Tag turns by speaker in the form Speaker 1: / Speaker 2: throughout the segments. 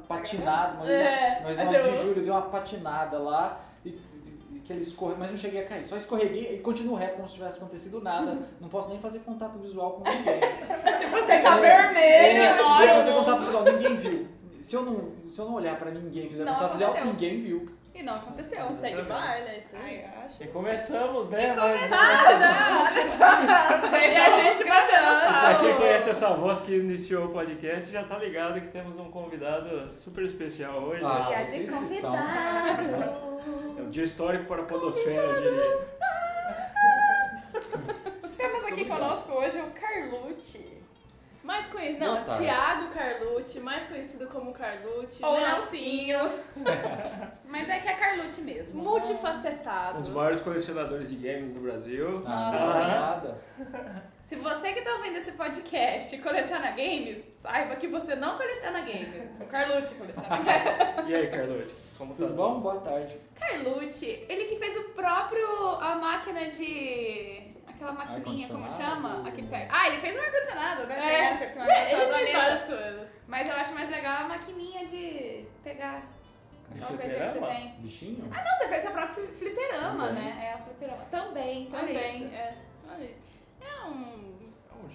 Speaker 1: patinado, mas,
Speaker 2: É,
Speaker 1: mas,
Speaker 2: mas
Speaker 1: não,
Speaker 2: eu-
Speaker 1: de julho deu uma patinada lá e, e- e que ele escorre, mas não cheguei a cair, só escorreguei e continuo reto como se tivesse acontecido nada. Não posso nem fazer contato visual com ninguém.
Speaker 2: Tipo, você
Speaker 1: tá
Speaker 2: tá vermelho,
Speaker 1: É, não posso fazer
Speaker 2: lógico.
Speaker 1: contato visual, ninguém viu. Se eu não, se eu não olhar pra ninguém e fizer
Speaker 2: Não
Speaker 1: contato visual,
Speaker 2: aconteceu.
Speaker 1: ninguém viu.
Speaker 2: E não aconteceu.
Speaker 3: Segue o baile, é isso
Speaker 2: Ai,
Speaker 3: aí.
Speaker 2: eu acho.
Speaker 4: E começamos, né?
Speaker 2: Começou já! E a gente
Speaker 4: Mas, pra
Speaker 2: matando.
Speaker 4: quem conhece essa voz que iniciou o podcast, já tá ligado que temos um convidado super especial hoje.
Speaker 1: Ah,
Speaker 5: Viagem
Speaker 1: vocês que são.
Speaker 4: É um dia histórico para a podosfera, eu diria.
Speaker 2: Temos aqui
Speaker 1: Obrigado.
Speaker 2: conosco hoje o Carlucci.
Speaker 5: Mais conhecido,
Speaker 1: Boa
Speaker 5: não,
Speaker 1: tarde.
Speaker 5: Tiago Carlucci, mais conhecido como Carlucci.
Speaker 2: Ou
Speaker 5: Nelsinho.
Speaker 2: Nelsinho. né? Mas é que é Carlucci mesmo.
Speaker 4: Um dos
Speaker 5: Multifacetado.
Speaker 4: maiores colecionadores de games do Brasil.
Speaker 1: Ah,
Speaker 2: Nossa,
Speaker 1: não,
Speaker 2: sim.
Speaker 1: nada.
Speaker 2: Se você que tá ouvindo esse podcast coleciona games, saiba que você não coleciona games. O Carlucci coleciona games.
Speaker 4: E aí, Carlote? Como tá?
Speaker 1: Tudo bom? Boa tarde.
Speaker 2: Carlucci, ele que fez o próprio. a máquina de. aquela maquininha, como
Speaker 1: Ar-condicionado.
Speaker 2: chama? Aqui perto. Ah, ele fez um ar-condicionado, né?
Speaker 5: É,
Speaker 2: Tem essa-
Speaker 5: é,
Speaker 2: tem
Speaker 5: ele
Speaker 2: uma
Speaker 5: fez
Speaker 2: mesa.
Speaker 5: várias coisas.
Speaker 2: Mas eu acho mais legal a maquininha de pegar
Speaker 4: De
Speaker 2: aquela coisa que você
Speaker 4: fliperama?
Speaker 2: tem.
Speaker 1: Bichinho?
Speaker 2: Ah, não, você fez seu próprio fliperama,
Speaker 1: Também.
Speaker 2: né? É, a fliperama. Também, olha
Speaker 5: Também,
Speaker 2: isso.
Speaker 5: é.
Speaker 2: Olha isso. É um.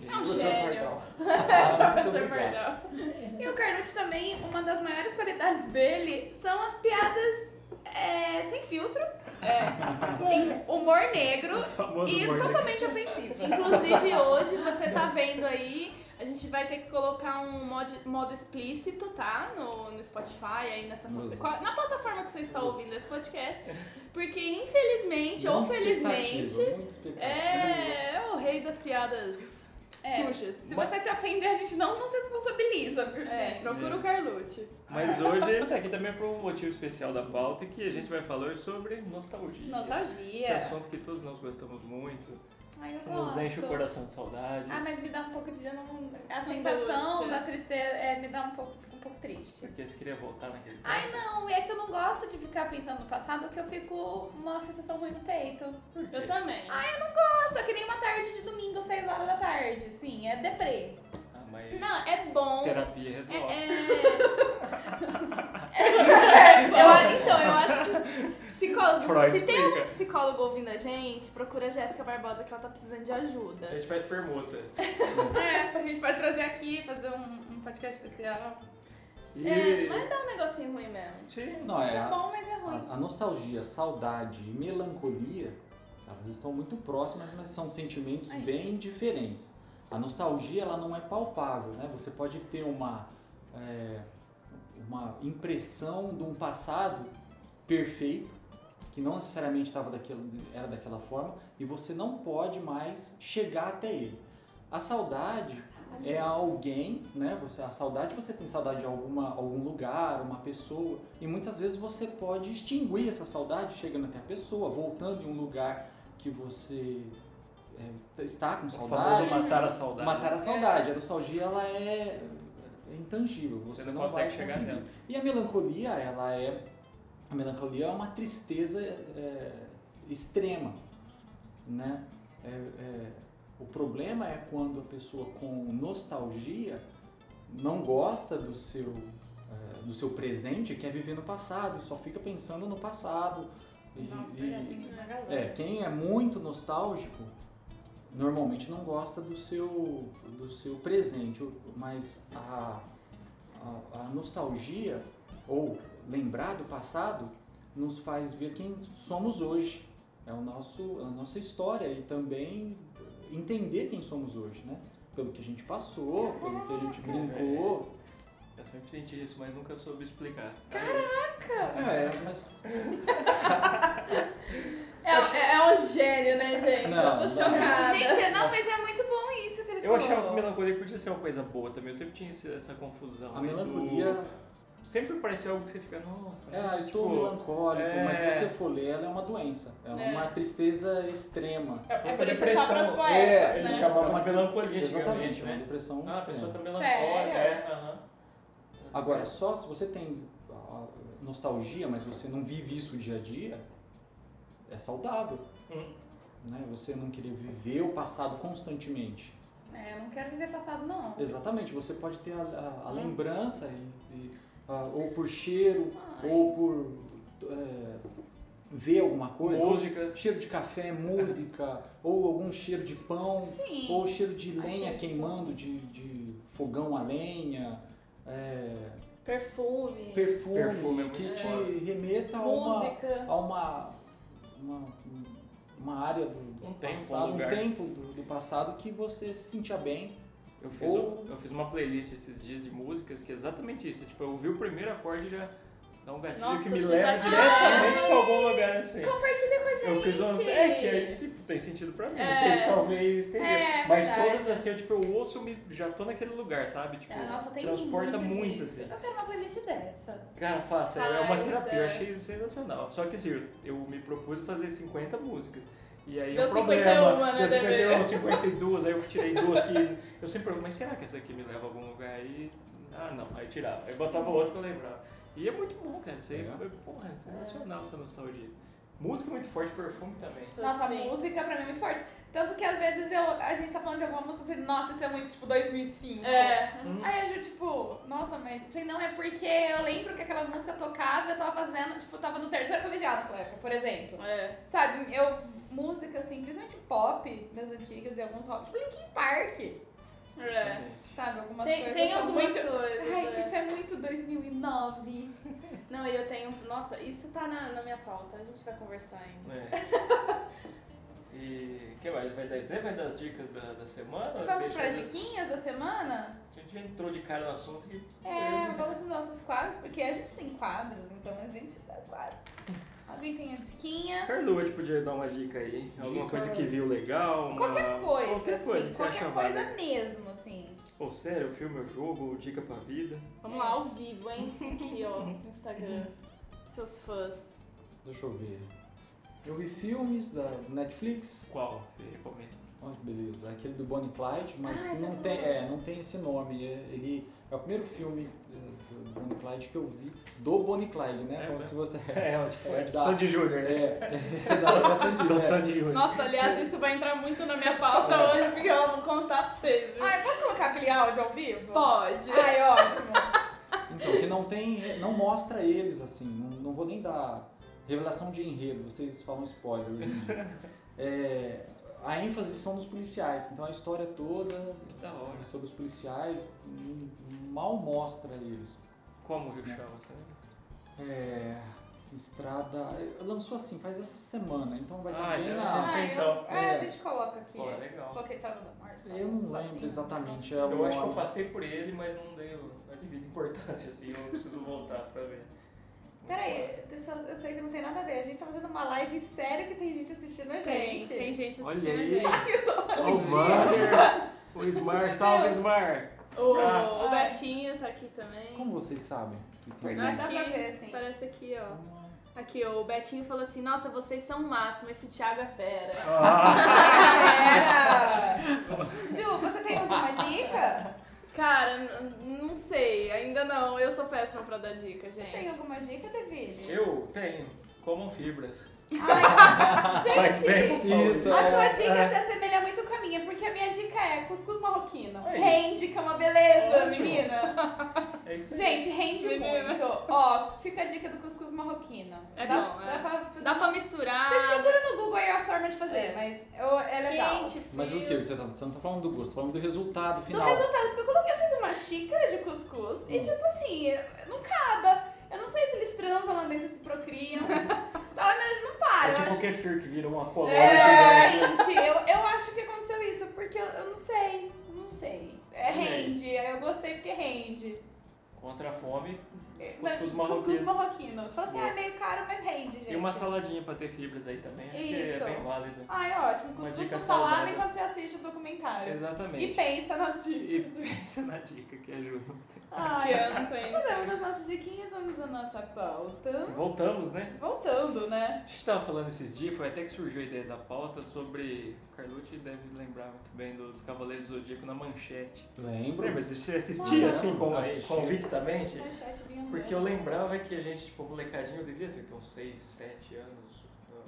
Speaker 4: É
Speaker 5: É
Speaker 4: um
Speaker 5: um
Speaker 4: gênio.
Speaker 1: Professor
Speaker 5: gênio.
Speaker 1: Pardal. Muito
Speaker 5: Professor
Speaker 1: obrigado.
Speaker 5: Pardal.
Speaker 2: E o Carlucci também, uma das maiores qualidades dele são as piadas é, sem filtro,
Speaker 5: É.
Speaker 2: com humor negro
Speaker 4: O famoso
Speaker 2: e
Speaker 4: Morgan.
Speaker 2: totalmente ofensivo.
Speaker 5: Inclusive, hoje você tá vendo aí, a gente vai ter que colocar um mod- modo, explícito, tá? No, no Spotify, aí nessa
Speaker 1: Nos-
Speaker 5: qual- na plataforma que você está
Speaker 1: Nos-
Speaker 5: ouvindo esse podcast. Porque, infelizmente ou
Speaker 1: Muita
Speaker 5: felizmente,
Speaker 1: expectativa, muita expectativa.
Speaker 5: é, é o rei das piadas
Speaker 2: É.
Speaker 5: sujas.
Speaker 2: Se você se ofender, a gente não nos responsabiliza, viu,
Speaker 5: É,
Speaker 2: gente?
Speaker 5: procura o Carlucci.
Speaker 4: Mas hoje ele tá aqui também por um motivo especial da pauta, que a gente vai falar sobre nostalgia. Esse
Speaker 2: Nostalgia.
Speaker 4: assunto que todos nós gostamos muito,
Speaker 2: Ai, eu
Speaker 4: que nos enche o
Speaker 2: gosto.
Speaker 4: coração de saudades.
Speaker 2: Ah, mas me dá um pouco de. eu não- a
Speaker 5: Angústia.
Speaker 2: sensação da tristeza é, me dá um pouco, fico um pouco triste.
Speaker 4: Porque você queria voltar naquele tempo.
Speaker 2: Ai, não, e é que eu não gosto de ficar pensando no passado que eu fico uma sensação ruim no peito.
Speaker 5: Eu também.
Speaker 2: Ai, eu não gosto, é que nem uma tarde de domingo, às 6 horas da tarde, sim, é deprê.
Speaker 4: Ah, mas
Speaker 5: Não, é bom.
Speaker 4: terapia
Speaker 5: É,
Speaker 4: resolve.
Speaker 5: é... Eu acho- então, eu acho que psicólogo,
Speaker 4: Freud
Speaker 5: se tem algum
Speaker 4: explica.
Speaker 5: psicólogo ouvindo a gente, procura a Jéssica Barbosa que ela tá precisando de ajuda.
Speaker 4: A gente faz permuta.
Speaker 2: É, a gente pode trazer aqui, fazer um, um podcast especial.
Speaker 4: E...
Speaker 5: É, mas dá um negocinho ruim mesmo.
Speaker 4: Sim,
Speaker 1: Não, é
Speaker 2: É
Speaker 1: a,
Speaker 2: bom, mas é ruim.
Speaker 4: Ah,
Speaker 1: a- a nostalgia, saudade e melancolia, elas estão muito próximas, mas são sentimentos
Speaker 2: Ai.
Speaker 1: bem diferentes. A nostalgia, ela não é palpável, né? Você pode ter uma, é, uma impressão de um passado perfeito, que não necessariamente estava daquela, era daquela forma, e você não pode mais chegar até ele. A saudade, é alguém, né? Você, a saudade, você tem saudade de alguma, algum lugar, uma pessoa, e muitas vezes você pode extinguir essa saudade chegando até a pessoa, voltando em um lugar que você é, está com
Speaker 4: o
Speaker 1: saudade.
Speaker 4: famoso matar a saudade.
Speaker 1: Matar a saudade. A nostalgia, ela é, é intangível. Você,
Speaker 4: Você não
Speaker 1: vai
Speaker 4: consegue chegar
Speaker 1: conseguir.
Speaker 4: nela.
Speaker 1: E a melancolia, ela é. A melancolia é uma tristeza é, extrema, né? É, é, o problema é quando a pessoa com nostalgia não gosta do seu, é, do seu presente, quer viver no passado, e só fica pensando no passado.
Speaker 4: ah,
Speaker 1: E-
Speaker 2: Nossa,
Speaker 1: e-
Speaker 2: verdade, tem uma galera.
Speaker 1: é, quem é muito nostálgico normalmente não gosta do seu, do seu presente, mas a, a, a nostalgia ou lembrar do passado nos faz ver quem somos hoje. É o nosso, a nossa história e também entender quem somos hoje, né? Pelo que a gente passou, pelo que a gente brincou.
Speaker 4: Eu sempre senti isso, mas nunca soube explicar.
Speaker 1: É, mas
Speaker 5: É, é, é um gênio, né, gente? eu
Speaker 1: Não,
Speaker 5: tô
Speaker 1: não.
Speaker 5: chocada.
Speaker 2: Gente, não, mas é muito bom isso que ele
Speaker 4: Eu
Speaker 2: falou.
Speaker 4: achava que melancolia podia ser uma coisa boa também. Eu sempre tinha esse- essa confusão.
Speaker 1: a
Speaker 4: aí do-
Speaker 1: melancolia
Speaker 4: Sempre parecia algo que você fica, nossa.
Speaker 1: É, eu estou
Speaker 4: tipo,
Speaker 1: melancólico,
Speaker 4: é.
Speaker 1: mas se você for ler, ela é uma doença. É,
Speaker 5: É.
Speaker 1: uma tristeza extrema.
Speaker 4: É,
Speaker 2: É
Speaker 4: porque
Speaker 2: por
Speaker 4: a
Speaker 2: isso que só para os
Speaker 4: depressão.
Speaker 2: poetas,
Speaker 1: É,
Speaker 4: Eles
Speaker 2: né?
Speaker 4: chamavam de melancolia
Speaker 1: Exatamente,
Speaker 4: antigamente,
Speaker 1: é uma
Speaker 4: né?
Speaker 1: depressão
Speaker 4: Ah, a pessoa
Speaker 1: extrema.
Speaker 4: tá melancólica,
Speaker 2: Sério?
Speaker 4: é. aham.
Speaker 1: Agora, só se você tem ah, nostalgia, mas você não vive isso dia a dia, é saudável.
Speaker 4: Hum.
Speaker 1: Né? Você não querer viver o passado constantemente.
Speaker 2: É, eu não quero viver passado, não.
Speaker 1: Ah. Exatamente, você pode ter a, a- a
Speaker 4: Hum.
Speaker 1: lembrança e, e ah, ou por cheiro,
Speaker 5: Ai.
Speaker 1: ou por é, ver alguma coisa.
Speaker 4: Músicas.
Speaker 1: Cheiro de café, música, ou algum cheiro de pão,
Speaker 2: Sim.
Speaker 1: ou cheiro de lenha
Speaker 5: cheiro de
Speaker 1: queimando, de, de fogão a lenha, é,
Speaker 5: Perfume,
Speaker 1: perfume,
Speaker 4: Perfume é muito
Speaker 1: que te
Speaker 4: foda.
Speaker 1: remeta a uma,
Speaker 5: música.
Speaker 1: a uma, uma, uma área do, do
Speaker 4: Um tempo, um
Speaker 1: passado,
Speaker 4: lugar.
Speaker 1: tempo do, do passado que você se sentia bem.
Speaker 4: Eu fiz,
Speaker 1: Ou-
Speaker 4: um- eu fiz uma playlist esses dias de músicas que é exatamente isso. Tipo, eu ouvi o primeiro acorde e já dá um gatilho
Speaker 5: Nossa,
Speaker 4: que me
Speaker 5: você já
Speaker 4: leva
Speaker 5: tinha-
Speaker 4: diretamente pra algum lugar assim.
Speaker 2: Compartilha com a gente.
Speaker 4: Eu fiz uma. É, que aí tipo, tem sentido pra mim.
Speaker 5: É.
Speaker 4: Vocês talvez entenderam.
Speaker 5: É,
Speaker 4: Mas
Speaker 5: verdade.
Speaker 4: todas assim, eu tipo, eu ouço e me- já tô naquele lugar, sabe? Tipo,
Speaker 5: Ah, Nossa, tem
Speaker 4: transporta
Speaker 5: muito,
Speaker 4: muito,
Speaker 5: disso.
Speaker 4: assim.
Speaker 5: Eu quero uma playlist dessa.
Speaker 4: Cara, faça, é uma
Speaker 5: Faz,
Speaker 4: terapia, eu
Speaker 5: é.
Speaker 4: achei sensacional. Só que assim, eu- eu me propus a fazer 50 músicas. E aí
Speaker 5: Deu
Speaker 4: o problema,
Speaker 5: 51, né,
Speaker 4: deu 51,
Speaker 5: bebê?
Speaker 4: 52, aí eu tirei duas que eu sempre pergunto, mas será que essa aqui me leva a algum lugar? Aí, ah não, aí tirava. Aí botava outra que eu lembrava. E é muito bom, cara, isso aí,
Speaker 1: Legal.
Speaker 4: porra, é sensacional essa nostalgia. Música é muito forte, perfume também.
Speaker 2: Nossa, a
Speaker 5: Sim.
Speaker 2: música pra mim é muito forte. Tanto que às vezes eu, a gente tá falando de alguma música, eu falei, nossa, isso é muito tipo 2005.
Speaker 5: É.
Speaker 4: Hum.
Speaker 2: Aí a Ju, tipo, nossa, mas. Eu Falei, não, é porque eu lembro que aquela música tocava, eu tava fazendo, tipo, eu tava no terceiro colegiado naquela época, por exemplo.
Speaker 5: É.
Speaker 2: Sabe, eu. Música, assim, principalmente pop das antigas e alguns rock, tipo Linkin Park,
Speaker 5: É.
Speaker 4: Também.
Speaker 2: sabe? Algumas
Speaker 5: Tem,
Speaker 2: coisas
Speaker 5: tem
Speaker 2: são
Speaker 5: algumas
Speaker 2: muito.
Speaker 5: coisas.
Speaker 2: Ai,
Speaker 5: é.
Speaker 2: isso é muito 2009.
Speaker 5: Não, e eu tenho. Nossa, isso tá na, na minha pauta. A gente vai conversar ainda.
Speaker 4: É. E o que mais? Vai dar exemplo? Vai dar as dicas da, da semana?
Speaker 5: é
Speaker 4: Deixa
Speaker 2: Vamos para
Speaker 4: eu-
Speaker 2: diquinhas da semana?
Speaker 4: A gente já entrou de cara no assunto e.
Speaker 2: É, vamos nos nossos quadros, porque a gente tem quadros, então a gente dá quadros. Alguém tem a diquinha?
Speaker 4: Carlua, tipo, podia dar uma dica aí. Alguma
Speaker 1: Dica.
Speaker 4: coisa que viu legal? uma-
Speaker 2: Qualquer coisa,
Speaker 4: Qualquer coisa
Speaker 2: assim,
Speaker 4: que você acha
Speaker 2: qualquer coisa
Speaker 4: válida.
Speaker 2: mesmo, assim.
Speaker 4: Ou sério, filme ou jogo, ou dica pra vida.
Speaker 5: Vamos lá, ao vivo, hein? Aqui, ó, no Instagram. Seus fãs.
Speaker 1: Deixa eu ver. Eu vi filmes da Netflix.
Speaker 4: Qual você recomenda?
Speaker 1: Olha que beleza, aquele do Bonnie e Clyde,
Speaker 5: Ah,
Speaker 1: mas
Speaker 5: esse
Speaker 1: não,
Speaker 5: é
Speaker 1: tem,
Speaker 5: famoso.
Speaker 1: é, não tem esse nome. É, ele é o primeiro filme eh, do Bonnie e Clyde que eu vi do Bonnie e Clyde, né?
Speaker 4: É,
Speaker 1: Como
Speaker 4: né?
Speaker 1: se você.
Speaker 4: É, tipo,
Speaker 1: é
Speaker 4: é,
Speaker 1: da-
Speaker 4: tipo Sandy Júnior, né?
Speaker 1: É, exato, é Sandy,
Speaker 4: Da
Speaker 1: né?
Speaker 4: Sandy Júnior.
Speaker 5: Nossa, aliás, isso vai entrar muito na minha pauta hoje, porque eu vou contar pra vocês, viu?
Speaker 2: Ah, eu posso colocar aquele áudio ao vivo?
Speaker 5: Pode.
Speaker 2: Ai, ótimo.
Speaker 1: Então, que não tem. Não mostra eles, assim. Não, não vou nem dar revelação de enredo, vocês falam spoiler hoje em dia. É, a ênfase são nos policiais, então a história toda é
Speaker 4: Que da hora.
Speaker 1: sobre os policiais hum, mal mostra eles.
Speaker 4: Como eu chamo, sabe?
Speaker 1: É, estrada. Lançou assim, faz essa semana, então vai estar
Speaker 4: Ah,
Speaker 1: bem
Speaker 4: então
Speaker 1: na.
Speaker 4: é
Speaker 2: Ah, eu-
Speaker 4: então.
Speaker 2: é, a
Speaker 1: É.
Speaker 2: gente coloca aqui.
Speaker 4: Pô,
Speaker 2: é.
Speaker 4: legal.
Speaker 2: Coloquei Estrada da Morte.
Speaker 1: Eu não lembro
Speaker 2: assim.
Speaker 1: exatamente, é
Speaker 4: Eu acho que eu
Speaker 1: Nome.
Speaker 4: passei por ele, mas não dei a devida importância, assim. Eu preciso voltar pra ver.
Speaker 2: Peraí,
Speaker 4: Muito
Speaker 2: eu só- eu sei que não tem nada a ver. A gente tá fazendo uma live séria que tem gente assistindo a
Speaker 5: Tem,
Speaker 2: gente.
Speaker 5: tem gente
Speaker 4: Olha
Speaker 5: assistindo a
Speaker 4: aí.
Speaker 5: gente.
Speaker 2: Ai, eu tô-
Speaker 4: massa. Ó, O Smar! O Smar, salve Smar!
Speaker 5: O,
Speaker 4: Nossa.
Speaker 5: o gatinho tá aqui também.
Speaker 1: Como vocês sabem? que tem-
Speaker 2: Não, dá pra ver, assim. Hum.
Speaker 5: Parece aqui, ó. Aqui, ó, o Betinho falou assim, nossa, vocês são o máximo, esse Thiago é fera.
Speaker 2: Ah. Era! Ju, você tem alguma dica?
Speaker 5: Cara, n- n- não sei, ainda não. Eu sou péssima pra dar dica,
Speaker 2: Você tem
Speaker 5: gente.
Speaker 2: alguma dica, David?
Speaker 4: Eu tenho. Comam fibras.
Speaker 2: Ai,
Speaker 4: Faz bem pro
Speaker 2: gente!
Speaker 4: saúde.
Speaker 1: Isso,
Speaker 2: A sua
Speaker 1: é.
Speaker 2: dica se assemelha muito com a minha, porque a minha dica é cuscuz marroquino.
Speaker 4: Aí.
Speaker 2: Rende, que é uma beleza,
Speaker 4: Ótimo.
Speaker 2: menina.
Speaker 4: É isso aí.
Speaker 2: Gente, rende
Speaker 5: Menina.
Speaker 2: muito. Ó, fica a dica do cuscuz marroquino.
Speaker 5: É
Speaker 2: dá,
Speaker 5: bom, é.
Speaker 2: dá pra fazer.
Speaker 5: Dá pra misturar.
Speaker 2: Vocês procuram no Google aí a forma de fazer,
Speaker 5: É.
Speaker 2: mas eu- é legal.
Speaker 5: Quente, frio.
Speaker 1: Mas o que? Você, tá, você não tá falando do gosto, você tá falando do resultado
Speaker 2: Do
Speaker 1: final.
Speaker 2: resultado, porque eu coloquei, eu fiz uma xícara de cuscuz e
Speaker 1: Hum.
Speaker 2: tipo assim, não acaba. Eu não sei se eles transam lá dentro e se procriam. Pelo menos não para.
Speaker 4: É
Speaker 2: Ah, eu
Speaker 4: tipo
Speaker 2: acho
Speaker 4: o kefir que vira uma colônia
Speaker 2: É,
Speaker 4: gigante.
Speaker 2: gente, eu, eu acho que aconteceu isso, porque eu, eu não sei, eu não sei. É
Speaker 4: Tudo bem.
Speaker 2: rende, eu gostei porque rende.
Speaker 4: Contra a fome.
Speaker 2: É,
Speaker 4: Cuscuz
Speaker 2: mas-
Speaker 4: marroquino.
Speaker 2: Cuscuz marroquino. Você fala assim, ah,
Speaker 4: Boa.
Speaker 2: é meio caro, mas rende, gente.
Speaker 4: E uma saladinha pra ter fibras aí também. Acho que
Speaker 2: Isso.
Speaker 4: é bem válido.
Speaker 2: Ai, ótimo.
Speaker 4: Uma
Speaker 2: Cuscuz
Speaker 4: dica
Speaker 2: com salada
Speaker 4: saudável.
Speaker 2: enquanto você assiste o documentário. E
Speaker 4: Exatamente.
Speaker 2: pensa na dica.
Speaker 4: E, pensa na dica que ajuda.
Speaker 5: Que
Speaker 2: Ai,
Speaker 5: Ah, eu não tenho.
Speaker 2: já demos as nossas diquinhas, vamos à nossa pauta.
Speaker 4: Voltamos, né?
Speaker 2: Voltando, né?
Speaker 4: A gente tava falando esses dias, foi até que surgiu a ideia da pauta sobre. O Carlucci deve lembrar muito bem dos Cavaleiros do Zodíaco na manchete.
Speaker 1: Lembro.
Speaker 4: Lembra? Você assistia
Speaker 2: Nossa. É.
Speaker 4: assim com,
Speaker 1: Assisti.
Speaker 4: convictamente?
Speaker 2: Manchete vinha
Speaker 4: Porque eu
Speaker 2: andando.
Speaker 4: um lembrava que a gente, tipo, molecadinho, eu devia ter que, uns 6, 7 anos,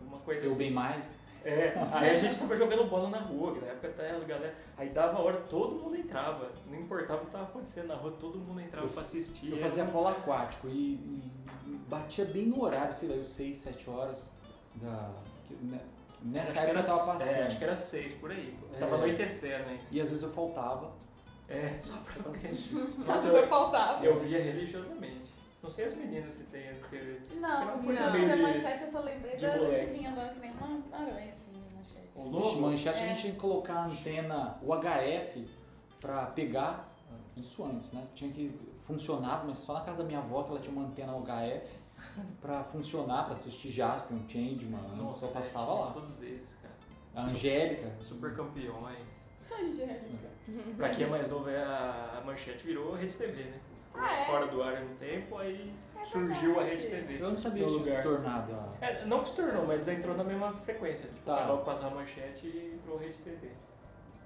Speaker 4: uma coisa
Speaker 1: Eu
Speaker 4: assim.
Speaker 1: bem mais.
Speaker 4: É, aí a gente tava jogando bola na rua, que na época tá a galera. Aí dava a hora, todo mundo entrava. Não importava o que tava acontecendo na rua, todo mundo entrava
Speaker 1: Eu-
Speaker 4: pra assistir.
Speaker 1: Eu
Speaker 4: era
Speaker 1: fazia
Speaker 4: um-
Speaker 1: polo aquático e, e- e batia bem no horário, sei lá, eu 6, 7 horas da. que- né,
Speaker 4: acho
Speaker 1: Nessa
Speaker 4: que
Speaker 1: época
Speaker 4: era-
Speaker 1: eu tava passando.
Speaker 4: É, acho que era seis por aí.
Speaker 1: É.
Speaker 4: Tava anoitecendo, hein?
Speaker 1: E às vezes eu faltava
Speaker 4: É, só pra Então,
Speaker 1: pra assistir.
Speaker 5: Nossa,
Speaker 4: eu-
Speaker 5: eu faltava.
Speaker 4: Eu via religiosamente. Não sei as meninas se tem essa TV.
Speaker 2: Não,
Speaker 4: Aquela
Speaker 2: não.
Speaker 4: coisa
Speaker 5: meio
Speaker 2: da
Speaker 4: de-
Speaker 2: manchete eu só lembrei
Speaker 4: de
Speaker 2: da que
Speaker 4: moleque.
Speaker 2: vinha andando que nem uma aranha assim, na manchete.
Speaker 4: O
Speaker 1: Vixe,
Speaker 4: lobo?
Speaker 1: manchete
Speaker 2: É.
Speaker 1: a gente tinha que colocar a antena UHF pra pegar. Isso antes, né? Tinha que. Funcionava, mas só na casa da minha avó que ela tinha uma antena UHF pra funcionar, pra assistir Jasper, um Change, mano. Só
Speaker 4: é,
Speaker 1: passava
Speaker 4: tinha
Speaker 1: lá. Uhum.
Speaker 4: Todos esses, cara.
Speaker 1: A Angélica.
Speaker 4: Super campeões.
Speaker 5: Angélica. Uhum.
Speaker 4: Pra quem é mais novo, é a, a manchete virou a Rede TV, né? Ficou
Speaker 5: Ah, é?
Speaker 4: Fora do ar há um tempo, aí
Speaker 2: É
Speaker 4: surgiu a Rede TV.
Speaker 1: Eu não sabia
Speaker 4: No
Speaker 1: que tinha se
Speaker 4: lugar.
Speaker 1: tornado a.
Speaker 4: É, não que se tornou, mas entrou na mesma frequência. Tipo,
Speaker 1: Tá.
Speaker 4: acabou de passar a manchete e entrou a Rede TV.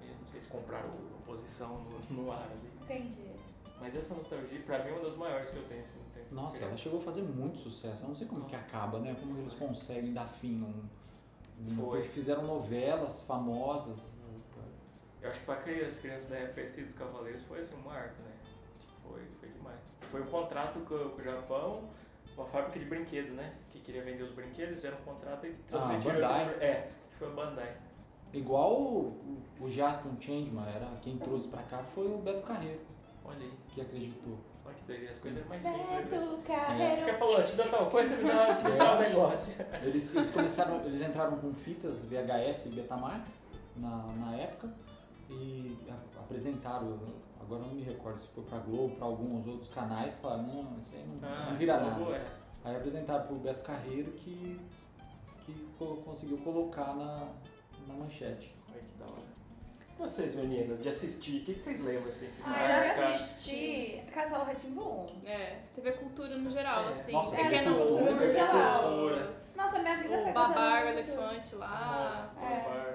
Speaker 4: E não sei se compraram a posição no, no ar ali.
Speaker 2: Entendi.
Speaker 4: Mas essa nostalgia, pra mim, é uma das maiores que eu tenho. Assim, não tem-
Speaker 1: Nossa, ela é chegou a fazer muito sucesso. Eu não sei como que acaba, né? Como eles conseguem dar fim um, num. num-
Speaker 4: Foi. Uhum.
Speaker 1: Porque fizeram novelas famosas.
Speaker 4: Eu acho que pra criança, as crianças da época esse dos Cavaleiros foi assim, um marco, né? Foi, foi demais. Foi um contrato com, com o Japão, uma fábrica de brinquedos, né? Que queria vender os brinquedos, fizeram um contrato e transmitiram.
Speaker 1: Ah, Bandai.
Speaker 4: outro- É, foi a Bandai.
Speaker 1: Igual o, o Jasper um Changeman, era quem trouxe pra cá foi o Beto Carreiro,
Speaker 4: Olha aí,
Speaker 1: que acreditou.
Speaker 4: olha que doido, as coisas eram mais simples. né?
Speaker 2: Beto
Speaker 4: Acho que
Speaker 2: Carreiro.
Speaker 4: ela falou, te dá tal coisa, te dá te dá um negócio.
Speaker 1: Eles, eles começaram, eles entraram com fitas VHS e Betamax na, na época e a- apresentaram, agora eu não me recordo se foi pra Globo, pra alguns outros canais, falaram, não, isso aí não, não vira nada.
Speaker 4: boa, é.
Speaker 1: Aí apresentaram pro Beto Carreiro que, que co- conseguiu colocar na, na manchete.
Speaker 4: Olha que da hora. Vocês, meninas, de assistir, o que que vocês lembram assim? que
Speaker 2: Ah,
Speaker 5: eu
Speaker 4: marca?
Speaker 2: já assisti Castelo Ratimbum.
Speaker 5: É, TV Cultura no geral,
Speaker 4: É.
Speaker 5: assim.
Speaker 1: Nossa,
Speaker 5: é,
Speaker 1: TV Cultura
Speaker 2: no geral. Nossa, minha vida foi
Speaker 5: O babar, o
Speaker 2: Castelo Rá-Tim-Bum.
Speaker 5: elefante lá.
Speaker 4: Nossa,
Speaker 2: é.
Speaker 4: Babar.